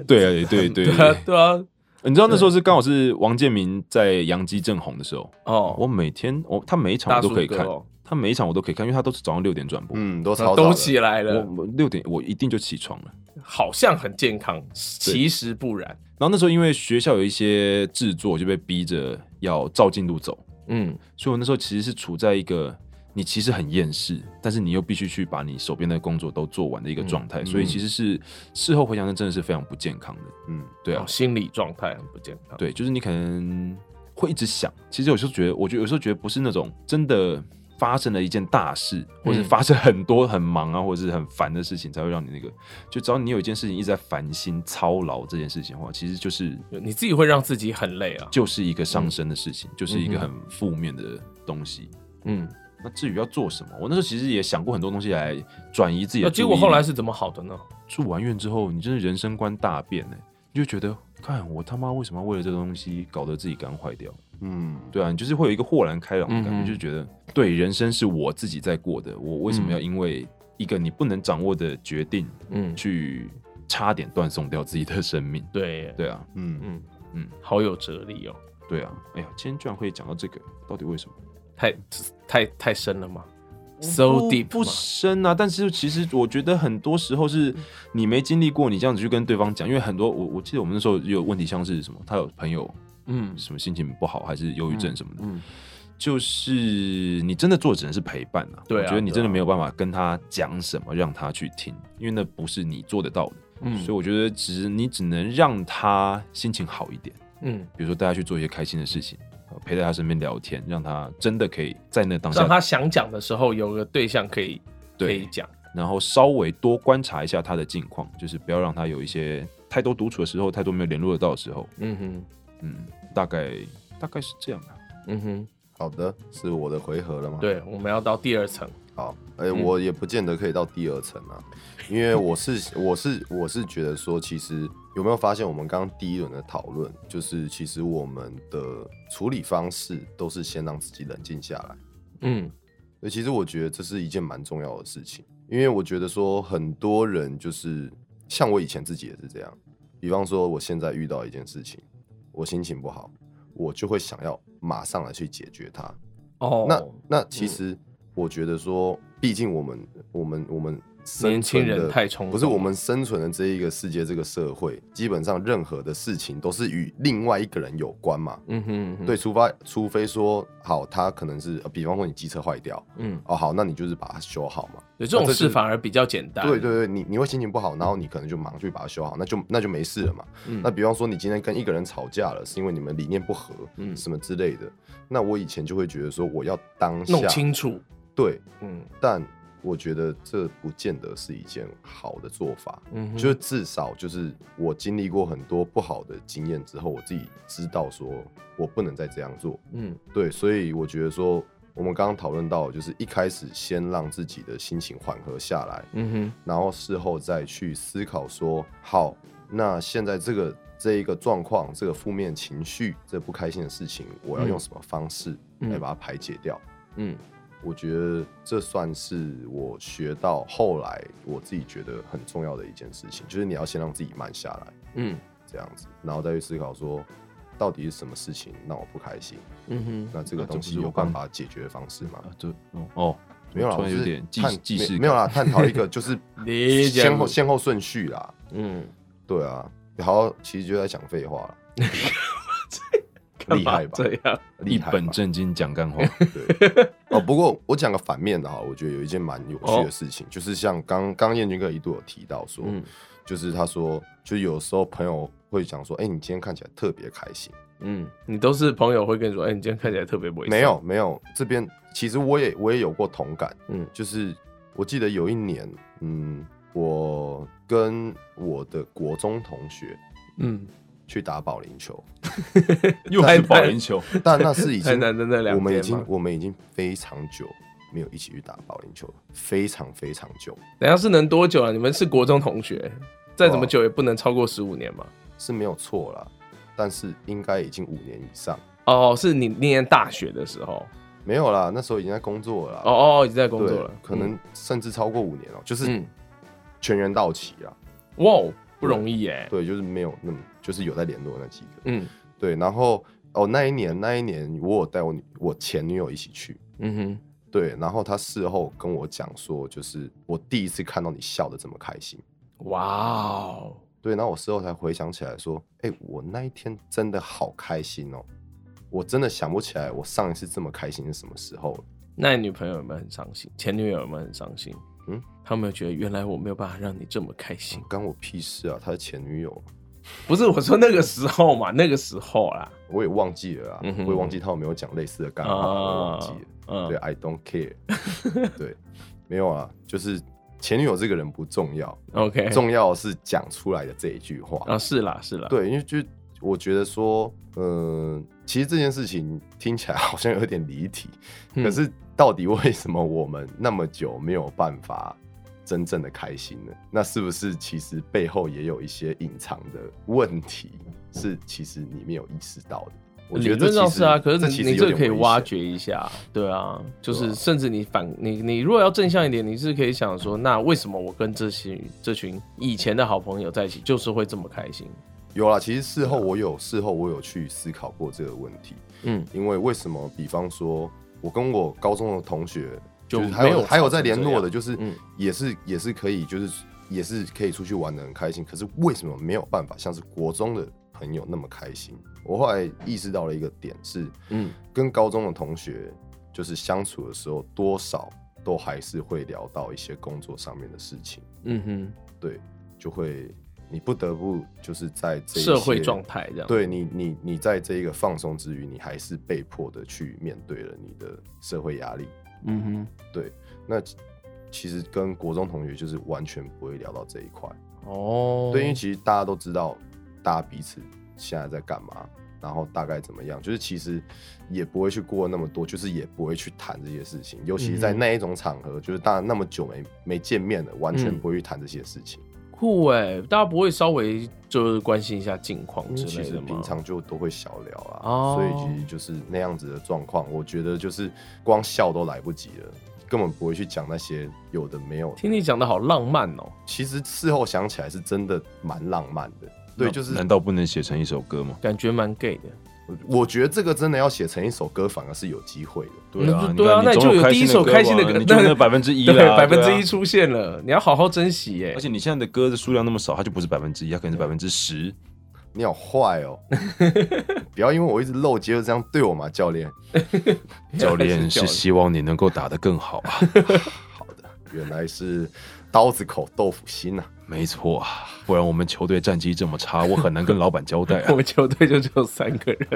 对啊，对对
对啊
对，
对啊，
你知道那时候是刚好是王建民在杨基正红的时候，
哦，
我每天我他每一场
大
我
叔
都可以
哥
看，
哦
他每一场我都可以看，因为他都是早上六点转播。
嗯，都超早
都
的
起来了，
我我六点我一定就起床了。
好像很健康，其实不然。
然后那时候因为学校有一些制作，就被逼着要照进度走，
嗯，
所以我那时候其实是处在一个你其实很厌世，但是你又必须去把你手边的工作都做完的一个状态，所以其实是事后回想，那真的是非常不健康的。
嗯，
对啊
哦，心理状态很不健康。
对，就是你可能会一直想。其实有时候觉得，我觉得有时候觉得不是那种真的发生了一件大事，或
嗯
者发生很多很忙啊，或者是很烦的事情，才会让你那个。就只要你有一件事情一直在烦心操劳这件事情的话，其实就是
你自己会让自己很累啊。
就是一个伤身的事情，就是一个很负面的东西。
嗯，
那至于要做什么，我那时候其实也想过很多东西来转移自己
那
的。
结果后来是怎么好的呢？
住完院之后，你真的人生观大变呢、你就觉得，看我他妈为什么要为了这东西搞得自己肝坏掉？
嗯，
对啊，你就是会有一个豁然开朗的感觉，
嗯哼
就是觉得对人生是我自己在过的，我为什么要因为一个你不能掌握的决定
嗯，
去差点断送掉自己的生命？
对耶，
对啊，
嗯，
嗯嗯
嗯，
好有哲理哦，
对啊，哎呀，今天居然会讲到这个，到底为什么
太太太深了吗？So
不
deep
不
吗
深啊？但是其实我觉得很多时候是你没经历过，你这样子去跟对方讲，因为很多我我记得我们那时候也有问题，像是什么，他有朋友
嗯
什么心情不好，还是忧郁症什么的，
嗯
就是你真的做只能是陪伴啊。
对啊
我觉得你
对啊
真的没有办法跟他讲什么，让他去听，因为那不是你做得到的。
嗯
所以我觉得只你只能让他心情好一点，
嗯，
比如说带他去做一些开心的事情，呃陪在他身边聊天，让他真的可以在那当
让
下，
他想讲的时候有个对象可以可
对
以讲，
然后稍微多观察一下他的近况，就是不要让他有一些太多独处的时候，太多没有联络得到的时候，
嗯哼
嗯，大概大概是这样的、啊
嗯哼，
好的，是我的回合了吗？，
对，我们要到第二层，
好，哎、我也不见得可以到第二层啊，因为我是我是我是觉得说，其实有没有发现我们刚刚第一轮的讨论，就是其实我们的处理方式都是先让自己冷静下来。
嗯
对，其实我觉得这是一件蛮重要的事情，因为我觉得说很多人就是像我以前自己也是这样，比方说我现在遇到一件事情，我心情不好，我就会想要马上来去解决它。
哦，
那那其实我觉得说，毕竟我们我们我们生
年轻
存
人
的
太冲
不是
动
我
了
们生存的这一个世界这个社会，基本上任何的事情都是与另外一个人有关嘛。
嗯哼嗯哼，
对，除非除非说好，他可能是，呃比方说你机车坏掉，
嗯，
哦，好，那你就是把它修好嘛。
对，这
那
种
这
事
是
反而比较简单，
对，对对，你你会心情不好，然后你可能就忙去把它修好，那就那就没事了嘛。
嗯
那比方说你今天跟一个人吵架了，是因为你们理念不合，
嗯
什么之类的。那我以前就会觉得说，我要当下
弄清楚，
对，
嗯
但我觉得这不见得是一件好的做法。
嗯哼，
就是至少就是我经历过很多不好的经验之后，我自己知道说我不能再这样做。
嗯
对，所以我觉得说我们刚刚讨论到，就是一开始先让自己的心情缓和下来，
嗯哼。
然后事后再去思考说，好，那现在这个这一个状况，这个负面情绪，这不开心的事情，我要用什么方式
嗯
来把它排解掉？
嗯，
我觉得这算是我学到后来我自己觉得很重要的一件事情，就是你要先让自己慢下来，
嗯
这样子，然后再去思考说，到底是什么事情让我不开心？
嗯哼，
那这个
那这
东
不
西
啊是我
有办
刚
法解决的方式吗？
啊，对，哦哦，
没
啊
有啦，
突
我
然有
是
点既
探
既视
没
感，
没有啦，探讨一个 就是
理解
先后先后顺序啦，
嗯，
对啊，然后其实就在讲废话了，厉害吧？
这样，
厉
一
害吧
本正经讲 干话。
对。哦，不过我讲个反面的哈，我觉得有一件蛮有趣的事情，就是像刚刚燕军哥一度有提到说，
哦嗯
就是他说，就有时候朋友会讲说，哎、你今天看起来特别开心，
嗯，你都是朋友会跟你说，哎、你今天看起来特别不
没有没有，这边其实我也我也有过同感，
嗯
嗯，就是我记得有一年，嗯，我跟我的国中同学
嗯，
去打保龄 球，
又
是
是
保
保
龄
龄 球，
但那是已
台
经
南的那两
我们已
间
经
吗
我们已经非常久没有一起去打保龄球了，非常非常久，
等一下是能多久啊？你们是国中同学，再怎么
哇
久也不能超过十五年嘛。
是没有错啦，但是应该已经五年以上
哦，是你念大学的时候，
没有啦，那时候已经在工作了啦，
哦哦，已经在
对，
工作了，
可能甚至超过五年了、哦就是
嗯，
全员到齐啦，
嗯哇哦，不容易耶，
对，就是没有那么就是有在联络的那几个，
嗯
对，然后哦那一年那一年我有带我女我前女友一起去。
嗯哼，
对，然后她事后跟我讲说，就是我第一次看到你笑的这么开心，
哇哦，
对，然后我事后才回想起来说，哎、我那一天真的好开心哦，我真的想不起来我上一次这么开心是什么时候了。
那你女朋友有没有很伤心？前女友有没有很伤心？嗯
嗯，
他有没有觉得原来我没有办法让你这么开心？
干我屁事啊！她是前女友，
不是我说那个时候嘛，那个时候啦，
我也忘记了啊，
嗯哼啊
我也忘记他有没有讲类似的干话，啊我忘记了。
嗯
对，I 啊 don't care 。 对，没有啊，就是前女友这个人不重要，
，OK，
重要的是讲出来的这一句话。
啊是啦是啦，
对，因为就我觉得说，嗯、其实这件事情听起来好 像有点离题，
嗯
可是到底为什么我们那么久没有办法真正的开心呢？那是不是其实背后也有一些隐藏的问题，是其实你没有意识到的？我觉得
理
这
论上
其实
是啊，可
这
是
其
你
实
你
有
这
点
个可以
危
挖
险
掘一下，对啊，就
对
是
啊
甚至你反你你如果要正向一点，你是可以想说，那为什么我跟这些这群以前的好朋友在一起，就是会这么开心？
有啦，其实事后我有事后我有去思考过这个问题，
嗯，
因为为什么？比方说，我跟我高中的同学，
就是
还
没有
有还有
吵成
在联
这
络
样
的，就是
嗯
也是也是可以，就是也是可以出去玩的很开心。可是为什么没有办法像是国中的朋友那么开心？我后来意识到了一个点是，
嗯
嗯，跟高中的同学就是相处的时候，多少都还是会聊到一些工作上面的事情，
嗯哼，
对，就会你不得不就是在这一
社会
些
状态这样，
对你，你你在这一个放松之余，你还是被迫的去面对了你的社会压力。
嗯哼。
那其其实跟国中同学就是完全不会聊到这一块，
哦，
对，因为其实大家都知道，大家彼此现在在干嘛，然后大概怎么样，就是其实也不会去过那么多，就是也不会去谈这些事情，尤其是在
嗯哼
那一种场合，就是大家那么久没没见面了，完全
嗯
不会去谈这些事情。
酷哎，大家不会稍微就是关心一下近况
因为嗯
之
其
类
实
的吗
平？常就都会小聊啦，
哦
所以其实就是那样子的状况，我觉得就是光笑都来不及了，根本不会去讲那些有的没有的。
听你讲的好浪漫哦，
其实事后想起来是真的蛮浪漫的，对，就是
难道不能写成一首歌吗？
感觉蛮 gay 的。
我觉得这个真的要写成一首歌，反而是有机会的。
对啊对啊
你看你
那就
总
有
开
第一
心的
首
歌
开心
吧
的歌
你就
那
那百分之一
对，
啦，
百分
对啊
之一出现了，你要好好珍惜欸耶
而。且你现在的歌的数量那么少，它就不是百分之一，它可能是百分之 十。
你好坏哦，不要因为我一直漏接就这样对我嘛，教练。
教练
教
是
练
希望你能够打得更好 啊，
好的，原来是刀子口豆腐心呐、
没错啊，不然我们球队战绩这么差，我很难跟老板交代
我
啊。
们球队就只有三个人，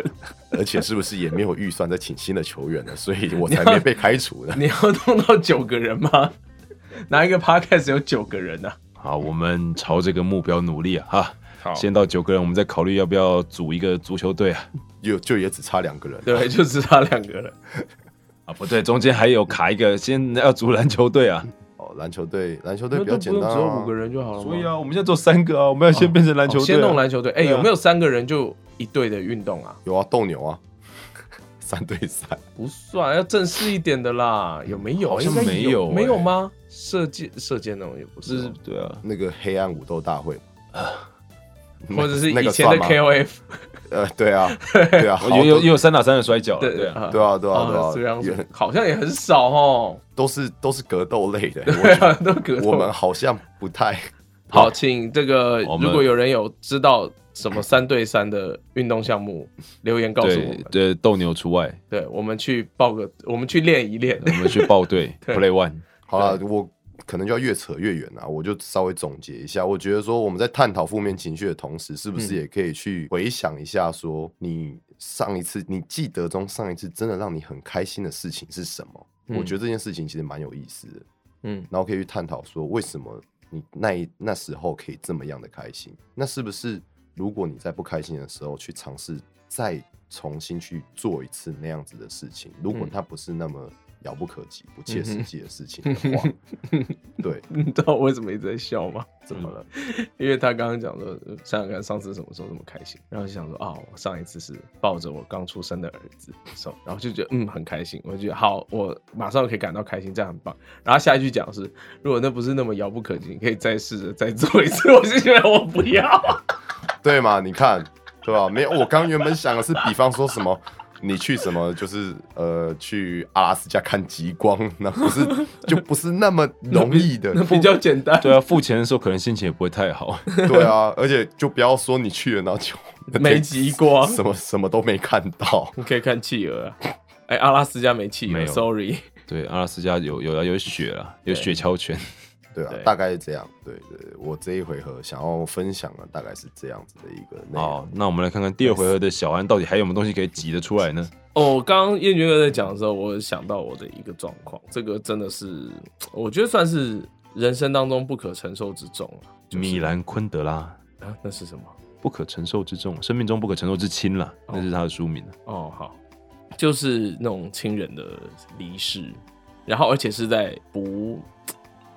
而且是不是也没有预算在请新的球员呢？所以我才没被开除呢。
你要弄到九个人吗？ 哪一个 podcast 有九个人啊？
好，我们朝这个目标努力啊！哈，
好
先到九个人，我们再考虑要不要组一个足球队啊。
就就也只差两个人了，
对，就只差两 个人。
啊，不对，中间还有卡一个，先要组篮球队啊。
哦，篮球队，篮球队比较简单、啊，
只有五个人就好了。
所以啊，我们现在做三个啊，我们要先变成篮球队啊、
嗯先弄篮球队。哎，
对啊
有没有三个人就一队的运动啊？
有啊，斗牛啊， 三对三，
不算，要正式一点的啦。有没有？
好像
应该
没
有，
有哎
没有吗？射箭，射箭那种也不
就是是，对啊，
那个黑暗武斗大会，
或者是
那
以
个
前的
算
哦
吗
KOF
呃，对 啊，对啊，好
有有
多
哦也有三打三的摔跤啊，
对
对啊，
对啊，对啊，
啊，这
对啊
样，
也
子好像也很少哦。
都是都是格斗类的，
对啊，都格
我
斗
我们好像不太
好，请这个
我们
如果有人有知道什么三对三的运动 项目，留言告诉我
对
们，
对，斗牛除外，
对我们去报个，我们去练一练。
我们去报队
对
play one。
好了，我可能就要越扯越远了，我就稍微总结一下，我觉得说我们在探讨负面情绪的同时，是不是也可以去回想一下，说你上一次你记得中上一次真的让你很开心的事情是什么？
嗯
我觉得这件事情其实蛮有意思的。
嗯
然后可以去探讨说为什么你那一那时候可以这么样的开心，那是不是如果你在不开心的时候去尝试再重新去做一次那样子的事情，如果
嗯
它不是那么遥不可及、不切实际的事情的 话，对，
你知道我为什么一直在笑吗？
怎么了？
因为他刚刚讲说，呃想想看上次什么时候那么开心，然后就想说，哦，我上一次是抱着我刚出生的儿子的时候，然后就觉得嗯很开心，我就觉得好，我马上可以感到开心，这样很棒。然后下一句讲是，如果那不是那么遥不可及，你可以再试着再做一次。我就觉得我不要，
对嘛？你看，对吧？没有，我刚原本想的是，比方说什么。你去什么？就是呃，去阿拉斯加看极光，那不是就不是那么容易的，
那比较简单。
对啊，付钱的时候可能心情也不会太好。
对啊，而且就不要说你去了，然后就
没极光
什么什么都没看到。
你可以看企鹅啊。 哎、阿拉斯加没企
没
鹅
有
，sorry。
啊对，阿拉斯加有有有雪啦，有雪橇犬。
对啊
对，
大概是这样。对对，对我这一回合想要分享的大概是这样子的一个内
好
哦
容。，
哦那我们来看看第二回合的小安到底还有没有东西可以挤得出来呢？
哦，刚刚燕君哥在讲的时候，我想到我的一个状况，这个真的是我觉得算是人生当中不可承受之重了、
米兰昆德拉，
啊。那是什么？
不可承受之重，生命中不可承受之轻啦，
哦
那是他的书名。啊
哦，好，就是那种亲人的离世，然后而且是在不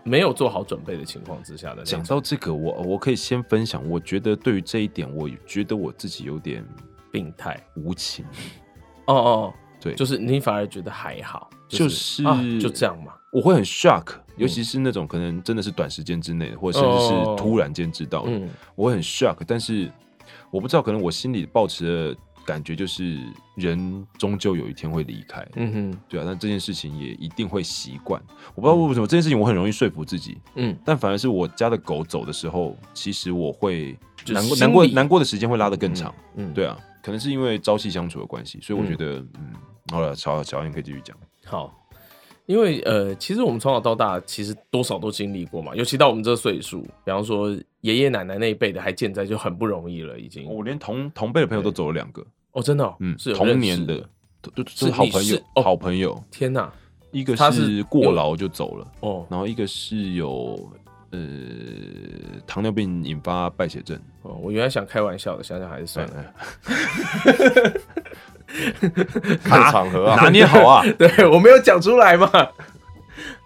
没有做好准备的情况之下的那种。
讲到这个，我我可以先分享，我觉得对于这一点，我觉得我自己有点
病态，
无情。
哦哦，
对，
就是你反而觉得还好，
就是
啊就这样嘛。
我会很
嗯
shock，尤其是那种可能真的是短时间之内，或者甚至是突然间知道的，
哦嗯，
我会很 shock。但是我不知道，可能我心里抱持的感觉就是，人终究有一天会离开，
嗯哼，
对啊。但这件事情也一定会习惯。我不知道为什么这件事情我很容易说服自己，
嗯，
但反而是我家的狗走的时候，其实我会
就
难过
心
难过
里
难过的时间会拉得更长，
嗯，
对啊。可能是因为朝夕相处的关系，所以我
嗯
觉得，嗯，好了，小小安你可以继续讲。
好，因为呃，其实我们从小到大其实多少都经历过嘛，尤其到我们这个岁数，比方说爷爷奶奶那一辈的还健在就很不容易了，已经。
我连同同辈的朋友都走了两个，
哦，真的、哦，
哦嗯，
是有
同
认
年
识
的，。都都
是
是好
你
朋友
是，哦
好朋友，
天哪，
一个
他
是
是
过
有
劳就走了，
哦
然后一个是有呃糖尿病引发败血 症，
哦，我原来想开玩笑的，想想还是算了。
哎
看场合啊，
拿捏好啊，
对我没有讲出来嘛。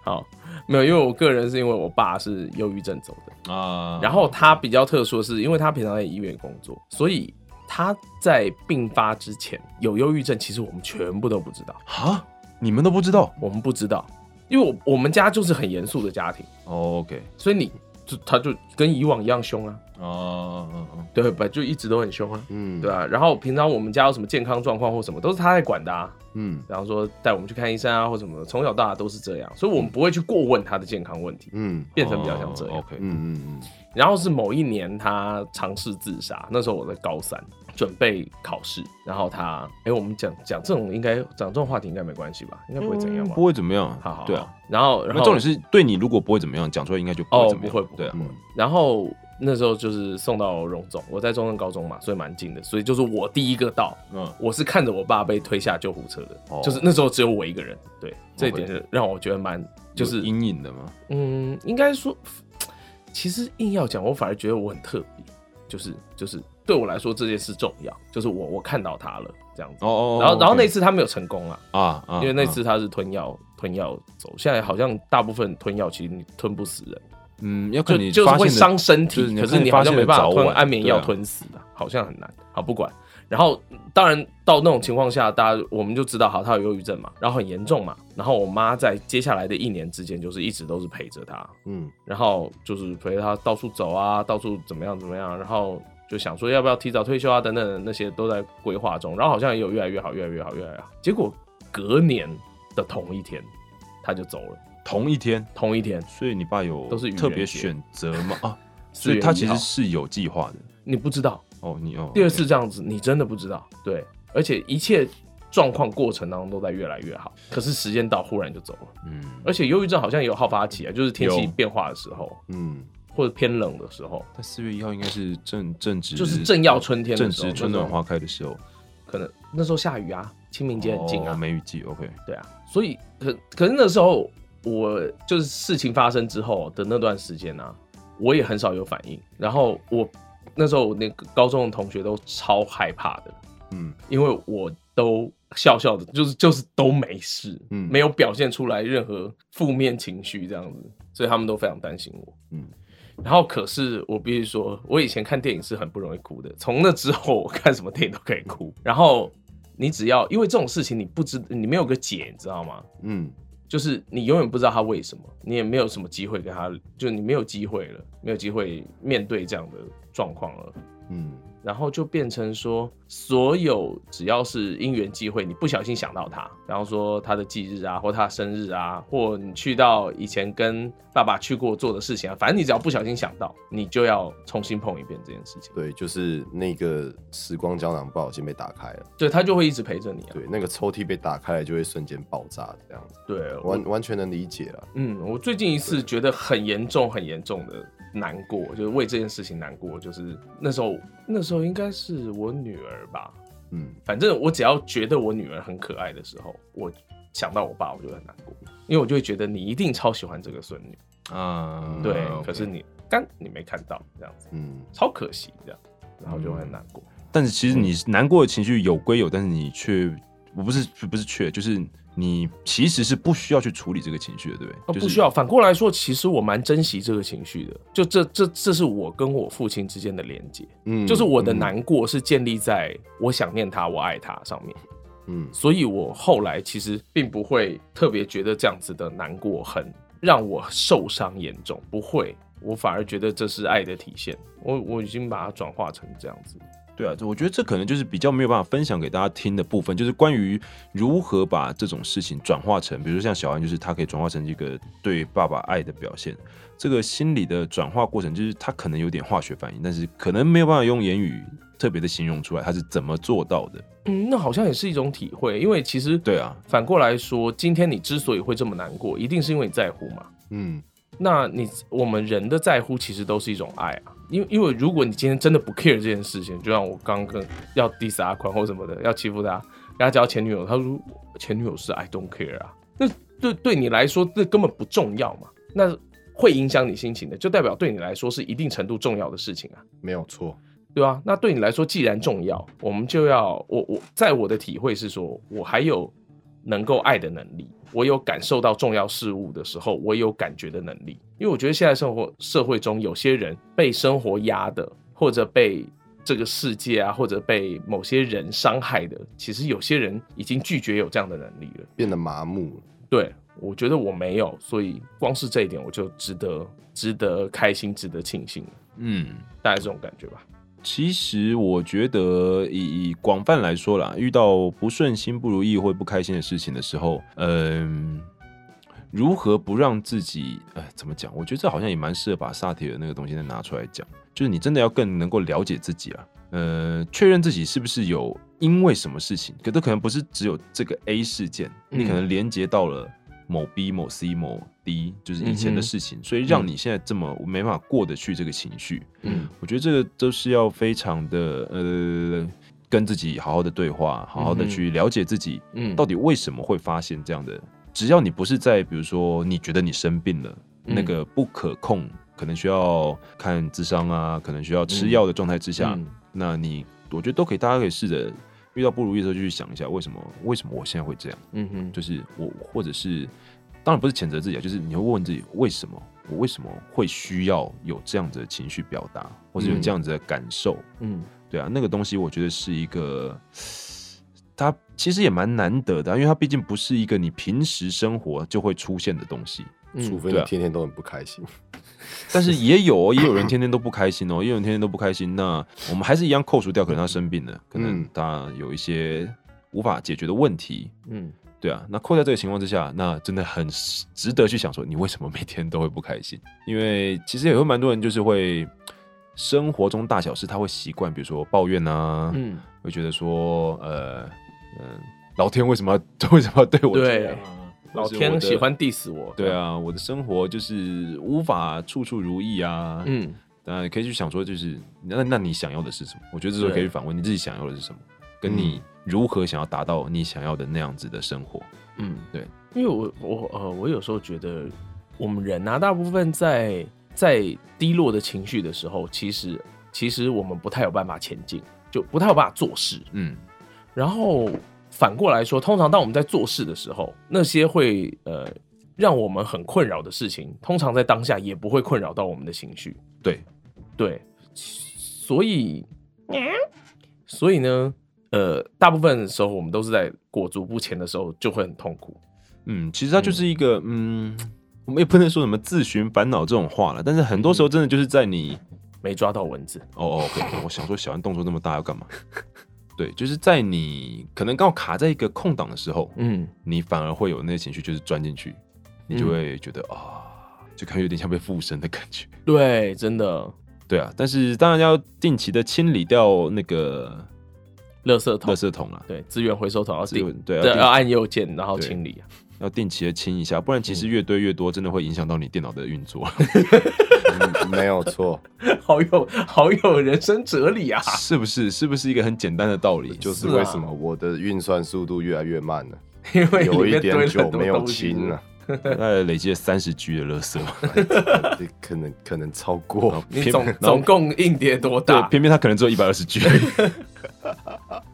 好，没有，因为我个人是因为我爸是忧郁症走 的，
啊，
然后他比较特殊的是，因为他平常在医院工作，所以他在病发之前有忧郁症，其实我们全部都不知道，
啊，你们都不知道
我们不知道，因为我我们家就是很严肃的家庭，
哦，OK，
所以你就他就跟以往一样凶啊，
哦嗯嗯
对吧？就一直都很凶啊，
嗯，
对，啊。然后平常我们家有什么健康状况或什么，都是他在管的啊，
嗯
比方说带我们去看医生啊或什么的，从小到大都是这样，所以我们不会去过问他的健康问题，
嗯
变成比较像这样
哦。，OK，
嗯嗯
然后是某一年他尝试自杀，那时候我在高三，准备考试，然后他，哎、我们讲讲这种应该讲这种话题应该没关系吧？应该不会怎样
嗯
吧？
不会怎么样，
好好好
对啊，。
然后
那
然后
重点，是对你如果不会怎么样，讲出来应该就不会
哦
怎么样，
不会不会
对啊，
嗯
然后那时候就是送到荣总，我在中正高中嘛，所以蛮近的，所以就是我第一个到，
嗯，
我是看着我爸被推下救护车的，
哦
就是那时候只有我一个人，对，这一点是让我觉得蛮就是
有阴影的嘛，
嗯，应该说， 其实硬要讲，我反而觉得我很特别，就是就是对我来说这件事重要，就是我我看到他了这样子。
哦哦，
然后然后那
OK
次他没有成功啊，
啊啊，
因为那
啊
次他是吞药吞药走，现在好像大部分吞药其实你吞不死人，
嗯，要看
就
你
就是
发
会
现的
伤身体，
就是你
可
看
是
你发现的
你好像没办法
早
吞
晚
安眠
对
药
啊
吞死的，好像很难。好，不管。然后当然到那种情况下，大家我们就知道，好，他有忧郁症嘛，然后很严重嘛，然后我妈在接下来的一年之间，就是一直都是陪着他，
嗯
然后就是陪他到处走啊，到处怎么样怎么样，然后就想说要不要提早退休啊，等等的那些都在规划中，然后好像也有越来越好，越来越好，越来越好。结果隔年的同一天，他就走了，
同一天，
同一天，
所以你爸有
都是愚人
特别
节
选择 吗？啊，
4
所
月
以他
1
其实
号
是有计划的。
你不知道。
哦，你哦，
第二次这样子，你真的不知道，对，而且一切状况过程当中都在越来越好，可是时间到忽然就走了，
嗯，
而且忧郁症好像也有好发期啊，就是天气
有
变化的时候，
嗯
或者偏冷的时候，
但四月一号应该是正正值，
就是正要春天的
正
时候
值春
那
暖
种
花开的时候，
可能那时候下雨啊，清明节很近啊，
哦梅雨季，OK，
对啊，所以可可是那时候我就是事情发生之后的那段时间啊，我也很少有反应。然后我那时候我那个高中的同学都超害怕的，
嗯
因为我都笑笑的，就是就是都没事，
嗯
没有表现出来任何负面情绪这样子，所以他们都非常担心我。
嗯
然后可是我必须说，我以前看电影是很不容易哭的，从那之后我看什么电影都可以哭。然后你只要因为这种事情，你不知你没有个解，你知道吗？
嗯
就是你永远不知道他为什么，你也没有什么机会跟他，就你没有机会了，没有机会面对这样的状况了。
嗯
然后就变成说，所有只要是因缘际会，你不小心想到他，然后说他的忌日啊，或他的生日啊，或你去到以前跟爸爸去过做的事情啊，反正你只要不小心想到，你就要重新碰一遍这件事情。
对，就是那个时光胶囊不小心被打开了，
对，他就会一直陪着你啊。
对，那个抽屉被打开了就会瞬间爆炸这样子，
对，我
完完全能理解了。
嗯，我最近一次觉得很严重、很严重的难过，就是为这件事情难过，就是那时候，那时候应该是我女儿吧，
嗯，
反正我只要觉得我女儿很可爱的时候，我想到我爸，我就很难过，因为我就会觉得你一定超喜欢这个孙女，
啊，
对，
OK
可是你但你没看到这样子，
嗯，
超可惜这样，然后就会很难过。
但是其实
嗯
你难过的情绪有归有，但是你却我不是不是却，就是你其实是不需要去处理这个情绪的，对不对？
哦，
就是
不需要。反过来说，其实我蛮珍惜这个情绪的。就这这这是我跟我父亲之间的连接，
嗯
就是我的，难过是建立在我想念他、我爱他上面。
嗯
所以我后来其实并不会特别觉得这样子的难过很让我受伤严重，不会，我反而觉得这是爱的体现。我我已经把它转化成这样子。
对啊，这我觉得这可能就是比较没有办法分享给大家听的部分，就是关于如何把这种事情转化成，比如说像小安，就是他可以转化成一个对爸爸爱的表现。这个心理的转化过程，就是他可能有点化学反应，但是可能没有办法用言语特别的形容出来，他是怎么做到的。
嗯，那好像也是一种体会，因为其实
对啊，
反过来说，今天你之所以会这么难过，一定是因为你在乎嘛。
嗯，
那你我们人的在乎其实都是一种爱啊，因为因为如果你今天真的不 care 这件事情，就像我刚刚跟要 diss 阿宽或什么的，要欺负他，然后他讲到前女友，他说前女友是 I don't care 啊，那对对你来说那根本不重要嘛，那会影响你心情的，就代表对你来说是一定程度重要的事情啊，
没有错，
对吧、那对你来说既然重要，我们就要我我在我的体会是说，我还有能够爱的能力，我有感受到重要事物的时候，我有感觉的能力。因为我觉得现在生活社会中，有些人被生活压的，或者被这个世界啊，或者被某些人伤害的，其实有些人已经拒绝有这样的能力了。
变得麻木了，
对，我觉得我没有，所以光是这一点我就值得值得开心，值得庆幸，
嗯，
大概这种感觉吧。
其实我觉得以，以广泛来说啦，遇到不顺心、不如意或不开心的事情的时候，嗯、如何不让自己，哎，怎么讲？我觉得这好像也蛮适合把萨提尔那个东西再拿出来讲，就是你真的要更能够了解自己啊，呃，确认自己是不是有因为什么事情，可都可能不是只有这个 A 事件，你可能连接到了。某 B、某 C、某 D，就是以前的
嗯哼
事情，所以让你现在这么没办法过得去这个情绪，
嗯，
我觉得这个都是要非常的呃，跟自己好好的对话，好好的去了解自己，
嗯
到底为什么会发现这样的。只要你不是在比如说你觉得你生病了，
嗯
那个不可控，可能需要看智商啊，可能需要吃药的状态之下，
嗯
那你我觉得都可以，大家可以试着遇到不如意的时候就去想一下，为什么为什么我现在会这样。
嗯哼，
就是我，或者是当然不是谴责自己啊，就是你会问自己为什么我为什么会需要有这样子的情绪表达，或者有这样子的感受，
嗯。
对啊，那个东西我觉得是一个，它其实也蛮难得的啊、因为它毕竟不是一个你平时生活就会出现的东西，
除非
对
你
啊
天天都很不开心，
但是也有哦，也有人天天都不开心哦，也有人天天都不开心。那我们还是一样扣除掉，可能他生病了，可能
嗯
他有一些无法解决的问题，
嗯
对啊，那扣在这个情况之下，那真的很值得去想说，你为什么每天都会不开心？因为其实也有蛮多人就是会生活中大小事，他会习惯，比如说抱怨啊，
嗯，
会觉得说，呃，嗯、老天为什么要 为什么要对我这样
对
啊？，
老
或是
天
我的
喜欢 diss 我。
对，啊，我的生活就是无法处处如意啊。嗯，
嗯，
当然可以去想说，就是那那你想要的是什么？我觉得这时候可以去
对
反问你自己想要的是什么，跟你如何想要达到你想要的那样子的生活。
嗯，
对，
因为我我呃，我有时候觉得我们人啊，大部分在在低落的情绪的时候，其实其实我们不太有办法前进，就不太有办法做事。
嗯
然后反过来说，通常当我们在做事的时候，那些会呃让我们很困扰的事情，通常在当下也不会困扰到我们的情绪。
对，
对，所以，所以呢，呃，大部分的时候我们都是在裹足不前的时候就会很痛苦。
嗯，其实它就是一个，嗯，我们也不能说什么自寻烦恼这种话了，但是很多时候真的就是在你
没抓到蚊子。
哦哦，OK，我想说小安动作那么大要干嘛？对，就是在你可能刚好卡在一个空档的时候，
嗯，
你反而会有那些情绪，就是钻进去，你就会觉得啊、就感觉有点像被附身的感觉。
对，真的，
对啊，但是当然要定期的清理掉那个
垃圾
垃
桶，
圾桶啦，
对，资源回收桶要
资源
定，
对要定
要按右键然后
对
清理。
要定期的清一下，不然其实越堆越多，真的会影响到你电脑的运作，
嗯没有 错，
好有好有人生哲理啊！
是不是？是不是一个很简单的道理？
就是
啊
为什么我的运算速度越来越慢 了，
因为
有
里
一
面堆
点
了
久
很
没
多
有
东西。
清啊了，
大概累积了三十 G 的垃圾，
可能可能超过。
你
偏
总
然后
总共硬碟多
对，
大？
偏偏它可能只有一百二十 G，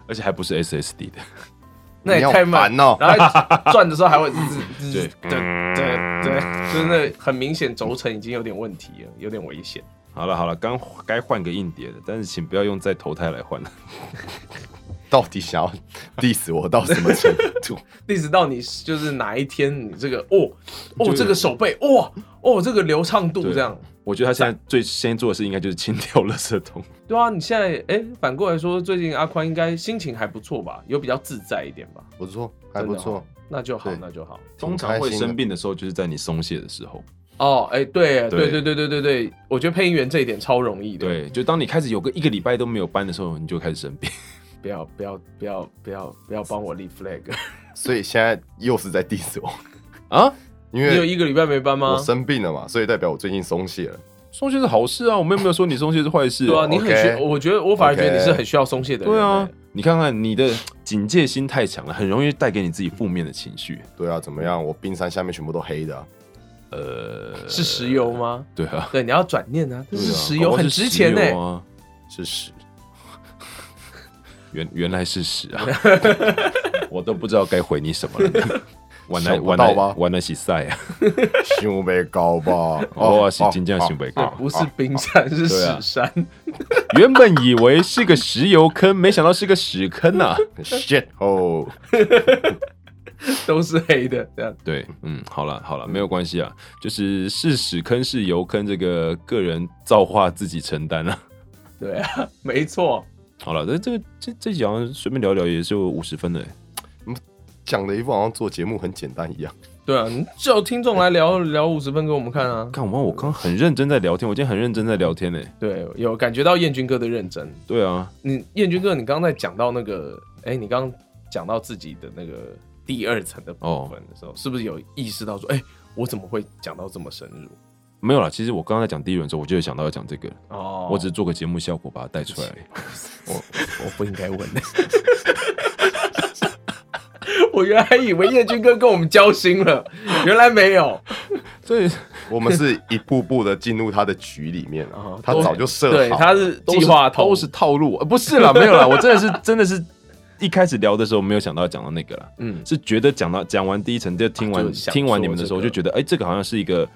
而且还不是 SSD 的。
那也
你好
太慢
烦哦
然后转的时候还会 对
对
对对对，就是那很明显轴承已经有点问题了，有点危险。
好了好了，刚该换个硬碟的，但是请不要用再投胎来换了。
到底想要 diss 我到什么程度？
一直到你就是哪一天你这个哦
就是
哦这个手背哇哦这个流畅度
对
这样，
我觉得他现在最先做的事应该就是清掉垃圾桶。
对啊，你现在哎、反过来说，最近阿宽应该心情还不错吧？有比较自在一点吧？
不错，还不
真的
错
哦，那就好
对，
那就好。
通
挺
常
开
会
心啊的
生病的时候，就是在你松懈的时候。
哦，哎、对
对
对对对对对对，我觉得配音员这一点超容易的。，
对，就当你开始有个一个礼拜都没有搬的时候，你就开始生病。
不要不要不要不要不要帮我 立 flag。
所以现在又是在 diss 我
啊，
因
你有
为
一个礼拜没搬吗
我？生病了嘛，所以代表我最近松懈了。
松懈是好事啊，我们又没有说你松懈是坏事、
对啊，你很需
OK
我觉得我反而觉得你是很需要松懈的人。
哦对啊
哎，
你看看你的警戒心太强了，很容易带给你自己负面的情绪。
对啊，怎么
嗯
样？我冰山下面全部都黑的啊、
呃，
欸是石油吗？
对啊，
对，你要转念啊，但
对啊
是石
搞
油
不好
很
是
值钱呢、欸
石油啊
是屎。
原原来是屎啊，我都不知道该回你什么了。晚来
想不
晚
到
来
吧
晚来洗赛啊！
胸没高吧？
哦，是金匠行为
对， 不是冰山，是
对啊
屎山。
原本以为是个石油坑，没想到是个屎坑呐、啊。
shit 哦 hole。
都是黑的，这样
对，嗯，好了好了，没有关系啊，就是是屎坑是油坑，这个个人造化自己承担啊。
对啊，没错，
好了，那这个这这集好像随便聊聊也就五十分了欸、
讲的一副好像做节目很简单一样，
对啊，你叫听众来聊聊五十分给我们看啊，
看我我刚很认真在聊天，我今天很认真在聊天呢、欸
对，有感觉到彦君哥的认真。
对啊，
你彦君哥，你刚才讲到那个，哎、你刚刚讲到自己的那个第二层的部分的时候，是不是有意识到说，哎、我怎么会讲到这么深入？
没有啦。其实我刚刚在讲第一轮的时候，我就有想到要讲这个，
哦
我只是做个节目效果把它带出来而已。
我我不应该 问的。我原来还以为彦君哥跟我们交心了，原来没有。
所以
我们是一步步的进入他的局里面
哦
了，他早就设
对，
好，
他是
都是
计划头，
都是套路，呃不是啦，没有啦，我真的是真的是一开始聊的时候没有想到讲到那个啦，
嗯，
是觉得讲到讲完第一层就听完
啊就想
听完
说
你们的时候，
这个
就觉得哎、这个好像是一个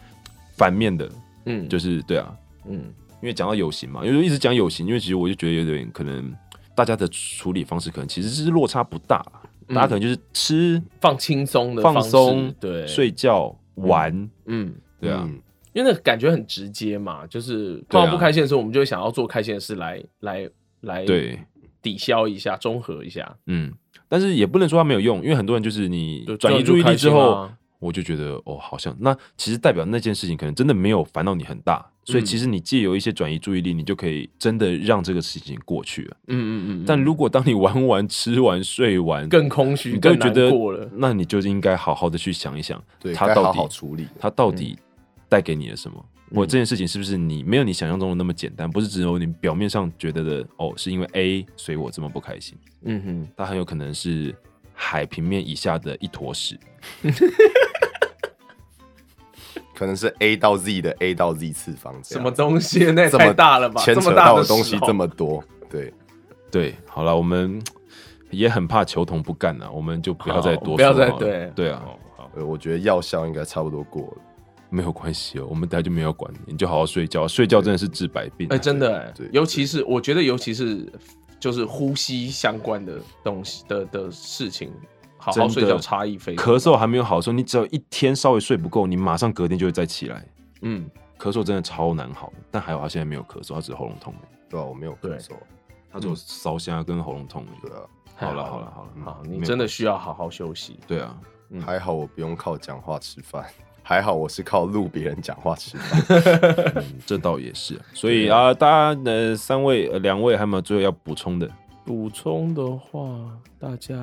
反面的，
嗯，
就是对啊，
嗯，
因为讲到有形嘛，因为一直讲有形，因为其实我就觉得有点可能大家的处理方式可能其实是落差不大，大家可能就是吃、
放轻松嗯的
放
方式
松、
对，
睡觉、玩，
嗯，
对啊，
嗯
因为那个感觉很直接嘛，就是
对
碰
啊
到不开心的时候，我们就会想要做开心的事来来来
对，
抵消一下、中和一下，
嗯，但是也不能说它没有用，因为很多人就是你
就
转移
就
注意力
开
之
心
后，
啊
我就觉得哦，好像那其实代表那件事情可能真的没有烦到你很大，所以
嗯
其实你借由一些转移注意力，你就可以真的让这个事情过去了。
嗯嗯嗯，
但如果当你 玩完、吃完、睡完，
更空虚、
你就
更
觉
难
得
过了，，
那你就应该好好的去想一想，
对，
它
该
到
好
底
好处理。
它
嗯
到底带给你了什么。或者这件事情是不是你没有你想象中的那么简单？不是只有你表面上觉得的哦，是因为 A 所以我这么不开心。
嗯哼，
它很有可能是海平面以下的一坨屎。
可能是 A 到 Z 的 A 到 Z 次方这
什
样，
么东西？那也
这么
太大了吧？
牵
这
扯
么大
到
的
东西
时候
这么多，对，
对，好了，我们也很怕球童不干了，我们就不要再多
好不要
说
再
好了
对
对啊，
哦好
呃，我觉得药效应该差不多过了。
没有关系哦，我们等下就没有管你，你就好好睡觉，睡觉真的是治百病啊。
哎，真的哎
对对，
尤其是我觉得，尤其是就是呼吸相关的东西的的事情，好
真
好
的
睡觉差异非常大
咳嗽还没有好的时候，你只要一天稍微睡不够，你马上隔天就会再起来。
嗯，
咳嗽真的超难好的，但还好他现在没有咳嗽，他只是喉咙痛而已，
对吧、我没有咳嗽，
他只有烧瞎跟喉咙痛而已。
对啊，
好了好了好了，嗯
嗯好，
没
你
有
真的
关系
需要好好休息。
对啊，
嗯
还好我不用靠讲话吃饭， 还好我是靠录别人讲话吃饭。
嗯这倒也是。所以啊，大家呃三位呃两位还有没有最后要补充的？
补充的话，大家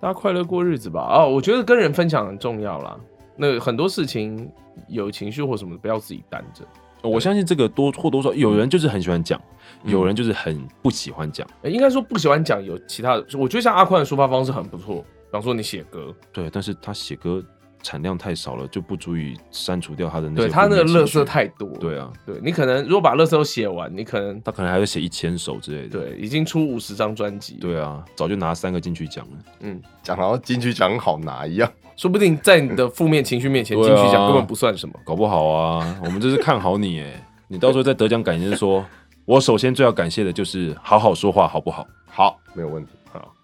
大家快乐过日子吧。哦，我觉得跟人分享很重要啦。那很多事情有情绪或什么，不要自己担着。
我相信这个多或多或少，有人就是很喜欢讲，
嗯
有人就是很不喜欢讲。
诶应该说不喜欢讲有其他的，我觉得像阿宽的抒发方式很不错，比方说你写歌，
对，但是他写歌产量太少了，就不足以删除掉他的那些。
对他那个乐色。太多，
对啊，
对你可能如果把乐色都写完，你可能
他可能还会写一千首之类的。
对已经出五十张专辑，，
对啊，早就拿三个金曲奖了。
嗯，
讲好像金曲奖好拿一样，
说不定在你的负面情绪面前，金
对啊
曲奖根本不算什么。
搞不好啊，我们这是看好你哎，你到时候在得奖感言说，我首先最要感谢的就是好好说话，好不好？
好，没有问题。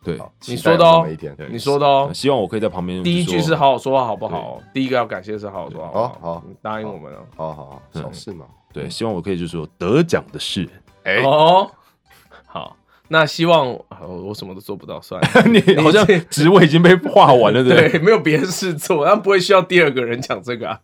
对，
好，
你
期待
说的
有
哦
那么一天，
你说的哦，
希望我可以在旁边。
第一句是，好好说话好不好？第一个要感谢的是好好说话好不好？
好好
你答应我们哦。
好好好，小事嘛。
对，希望我可以就是说得奖的 事。
哎
哦，好，那希望啊我我什么都做不到，算了。
你好像职位已经被画完了，对不
对，
对？
没有别的事做，那不会需要第二个人讲这个啊。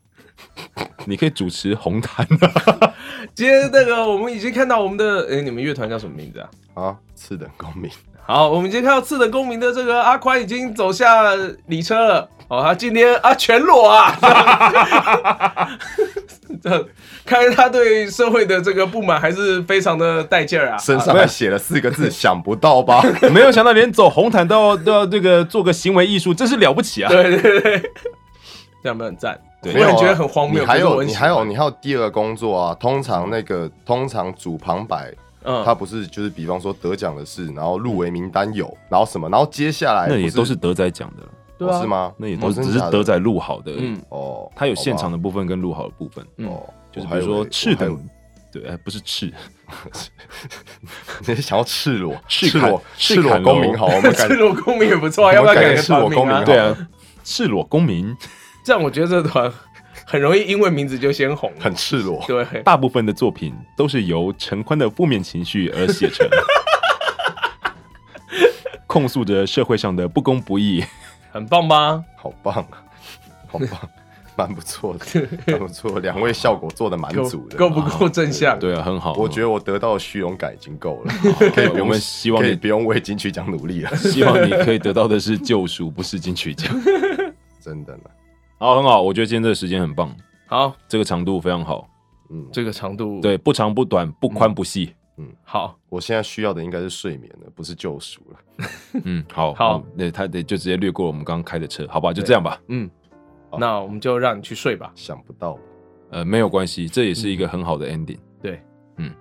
你可以主持红毯啊。
今天那个我们已经看到我们的，哎，你们乐团叫什么名字啊？
啊，次等公民，
好，我们今天看到次等公民的这个阿宽已经走下礼车了。哦，他今天啊全裸啊，这看来他对社会的这个不满还是非常的带劲 儿啊。
身上还写了四个 字，想不到吧？
没有想到连走红毯都要都要这个做个行为艺术，真是了不起啊！
对对对，这样没有啊很赞？
对
我也觉得很荒
啊你
谬。
还
可是我
有
很
你
喜
还
欢
有你还有第二个工作啊？通常那个通常主旁白
嗯，
他不是就是比方说得奖的事，然后入围名单有，然后什么，然后接下来
那也
哎不
都是德仔讲的了，
对啊
哦是吗？
那也
哦
都是
真
只
的
是
假的
德仔录好的而已。
嗯
哦，
它有现场
的
的部分跟录好的部分，
哦，
就
我
是比
还以
如
为
说赤，
我还
等
以为，
对，哎，不是赤，
你是想要赤裸
赤
赤
砍
裸
赤
赤
哦
裸
砍
公
楼
民好， 我们
赤
感
裸公民也不错啊，要不要改个团
我们改赤裸公
名
民
啊
好？
对啊，赤裸公民，
这样我觉得这团很容易因为名字就 先红。
很赤裸，
对，
大部分的作品都是由陈宽的负面情绪而写 成，控诉着社会上的不公不义。
很棒吧？
好棒啊，好棒，蛮不错的，蛮不错，两位效果做的蛮
够
足的，
够不够正向？
对啊，很好，
我觉得我得到的虚荣感已经够了， 可以不
哦我
用
们希望
可以
你
不用为金曲奖努力了，
希望你可以得到的是救赎，不是金曲奖。
真的呢。
好，很好，我觉得今天这个时间很棒，
好，
这个长度非常好，
嗯，
这个长度
对，不长不短，不宽不细。
好，
我现在需要的应该是睡眠了，不是救赎了。
嗯，好，
好
嗯那他得就直接略过我们刚刚开的车，好吧，就这样吧。
嗯，
好
那我们就让你去睡吧。
想不到吧，
呃，没有关系，这也是一个很好的 ending。
对，
嗯，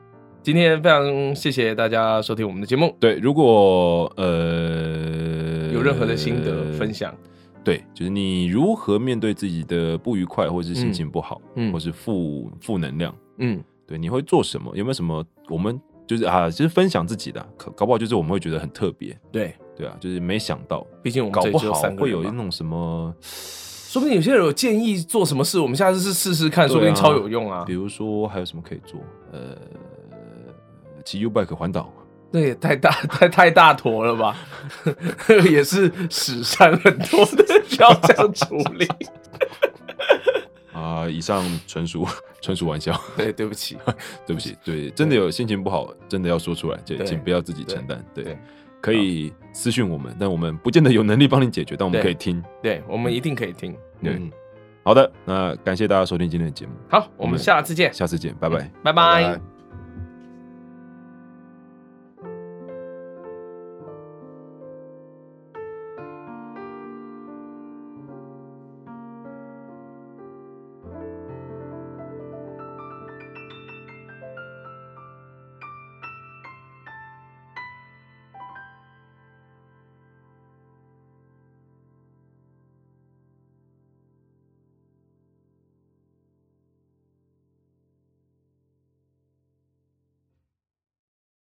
今天非常谢谢大家收听我们的节目，
对，如果呃
有任何的心得分，享，
对，就是你如何面对自己的不愉快，或是心情不好，
嗯嗯
或是负负能量，
嗯，
对，你会做什么？有没有什么我们就是啊，就是分享自己的啊、可搞不好就是我们会觉得很特别，
对，
对啊，就是没想到，
毕竟我们
搞
这里
不
只有
好
三个
会有那
人嘛，
种什么，
说不定有些人有建议做什么事，我们下次是试试看，说不定超有用啊
比。如说还有什么可以做，呃，骑 U bike 环岛。
那也太大 太太大坨了吧？ 也是史上很多的需要这样处理。
啊、以上纯属纯属玩笑，
对，对不起，
对不起，对，真的有心情不好，真的要说出来，这
对
请不要自己承担，对，
对
可以私讯我们，但我们不见得有能力帮你解决，但我们
对
可以听，
对我们一定可以听。
对，
嗯
好的，那感谢大家收听今天的节目，
好，我们下次见，
下次见，拜拜。
嗯拜拜。
拜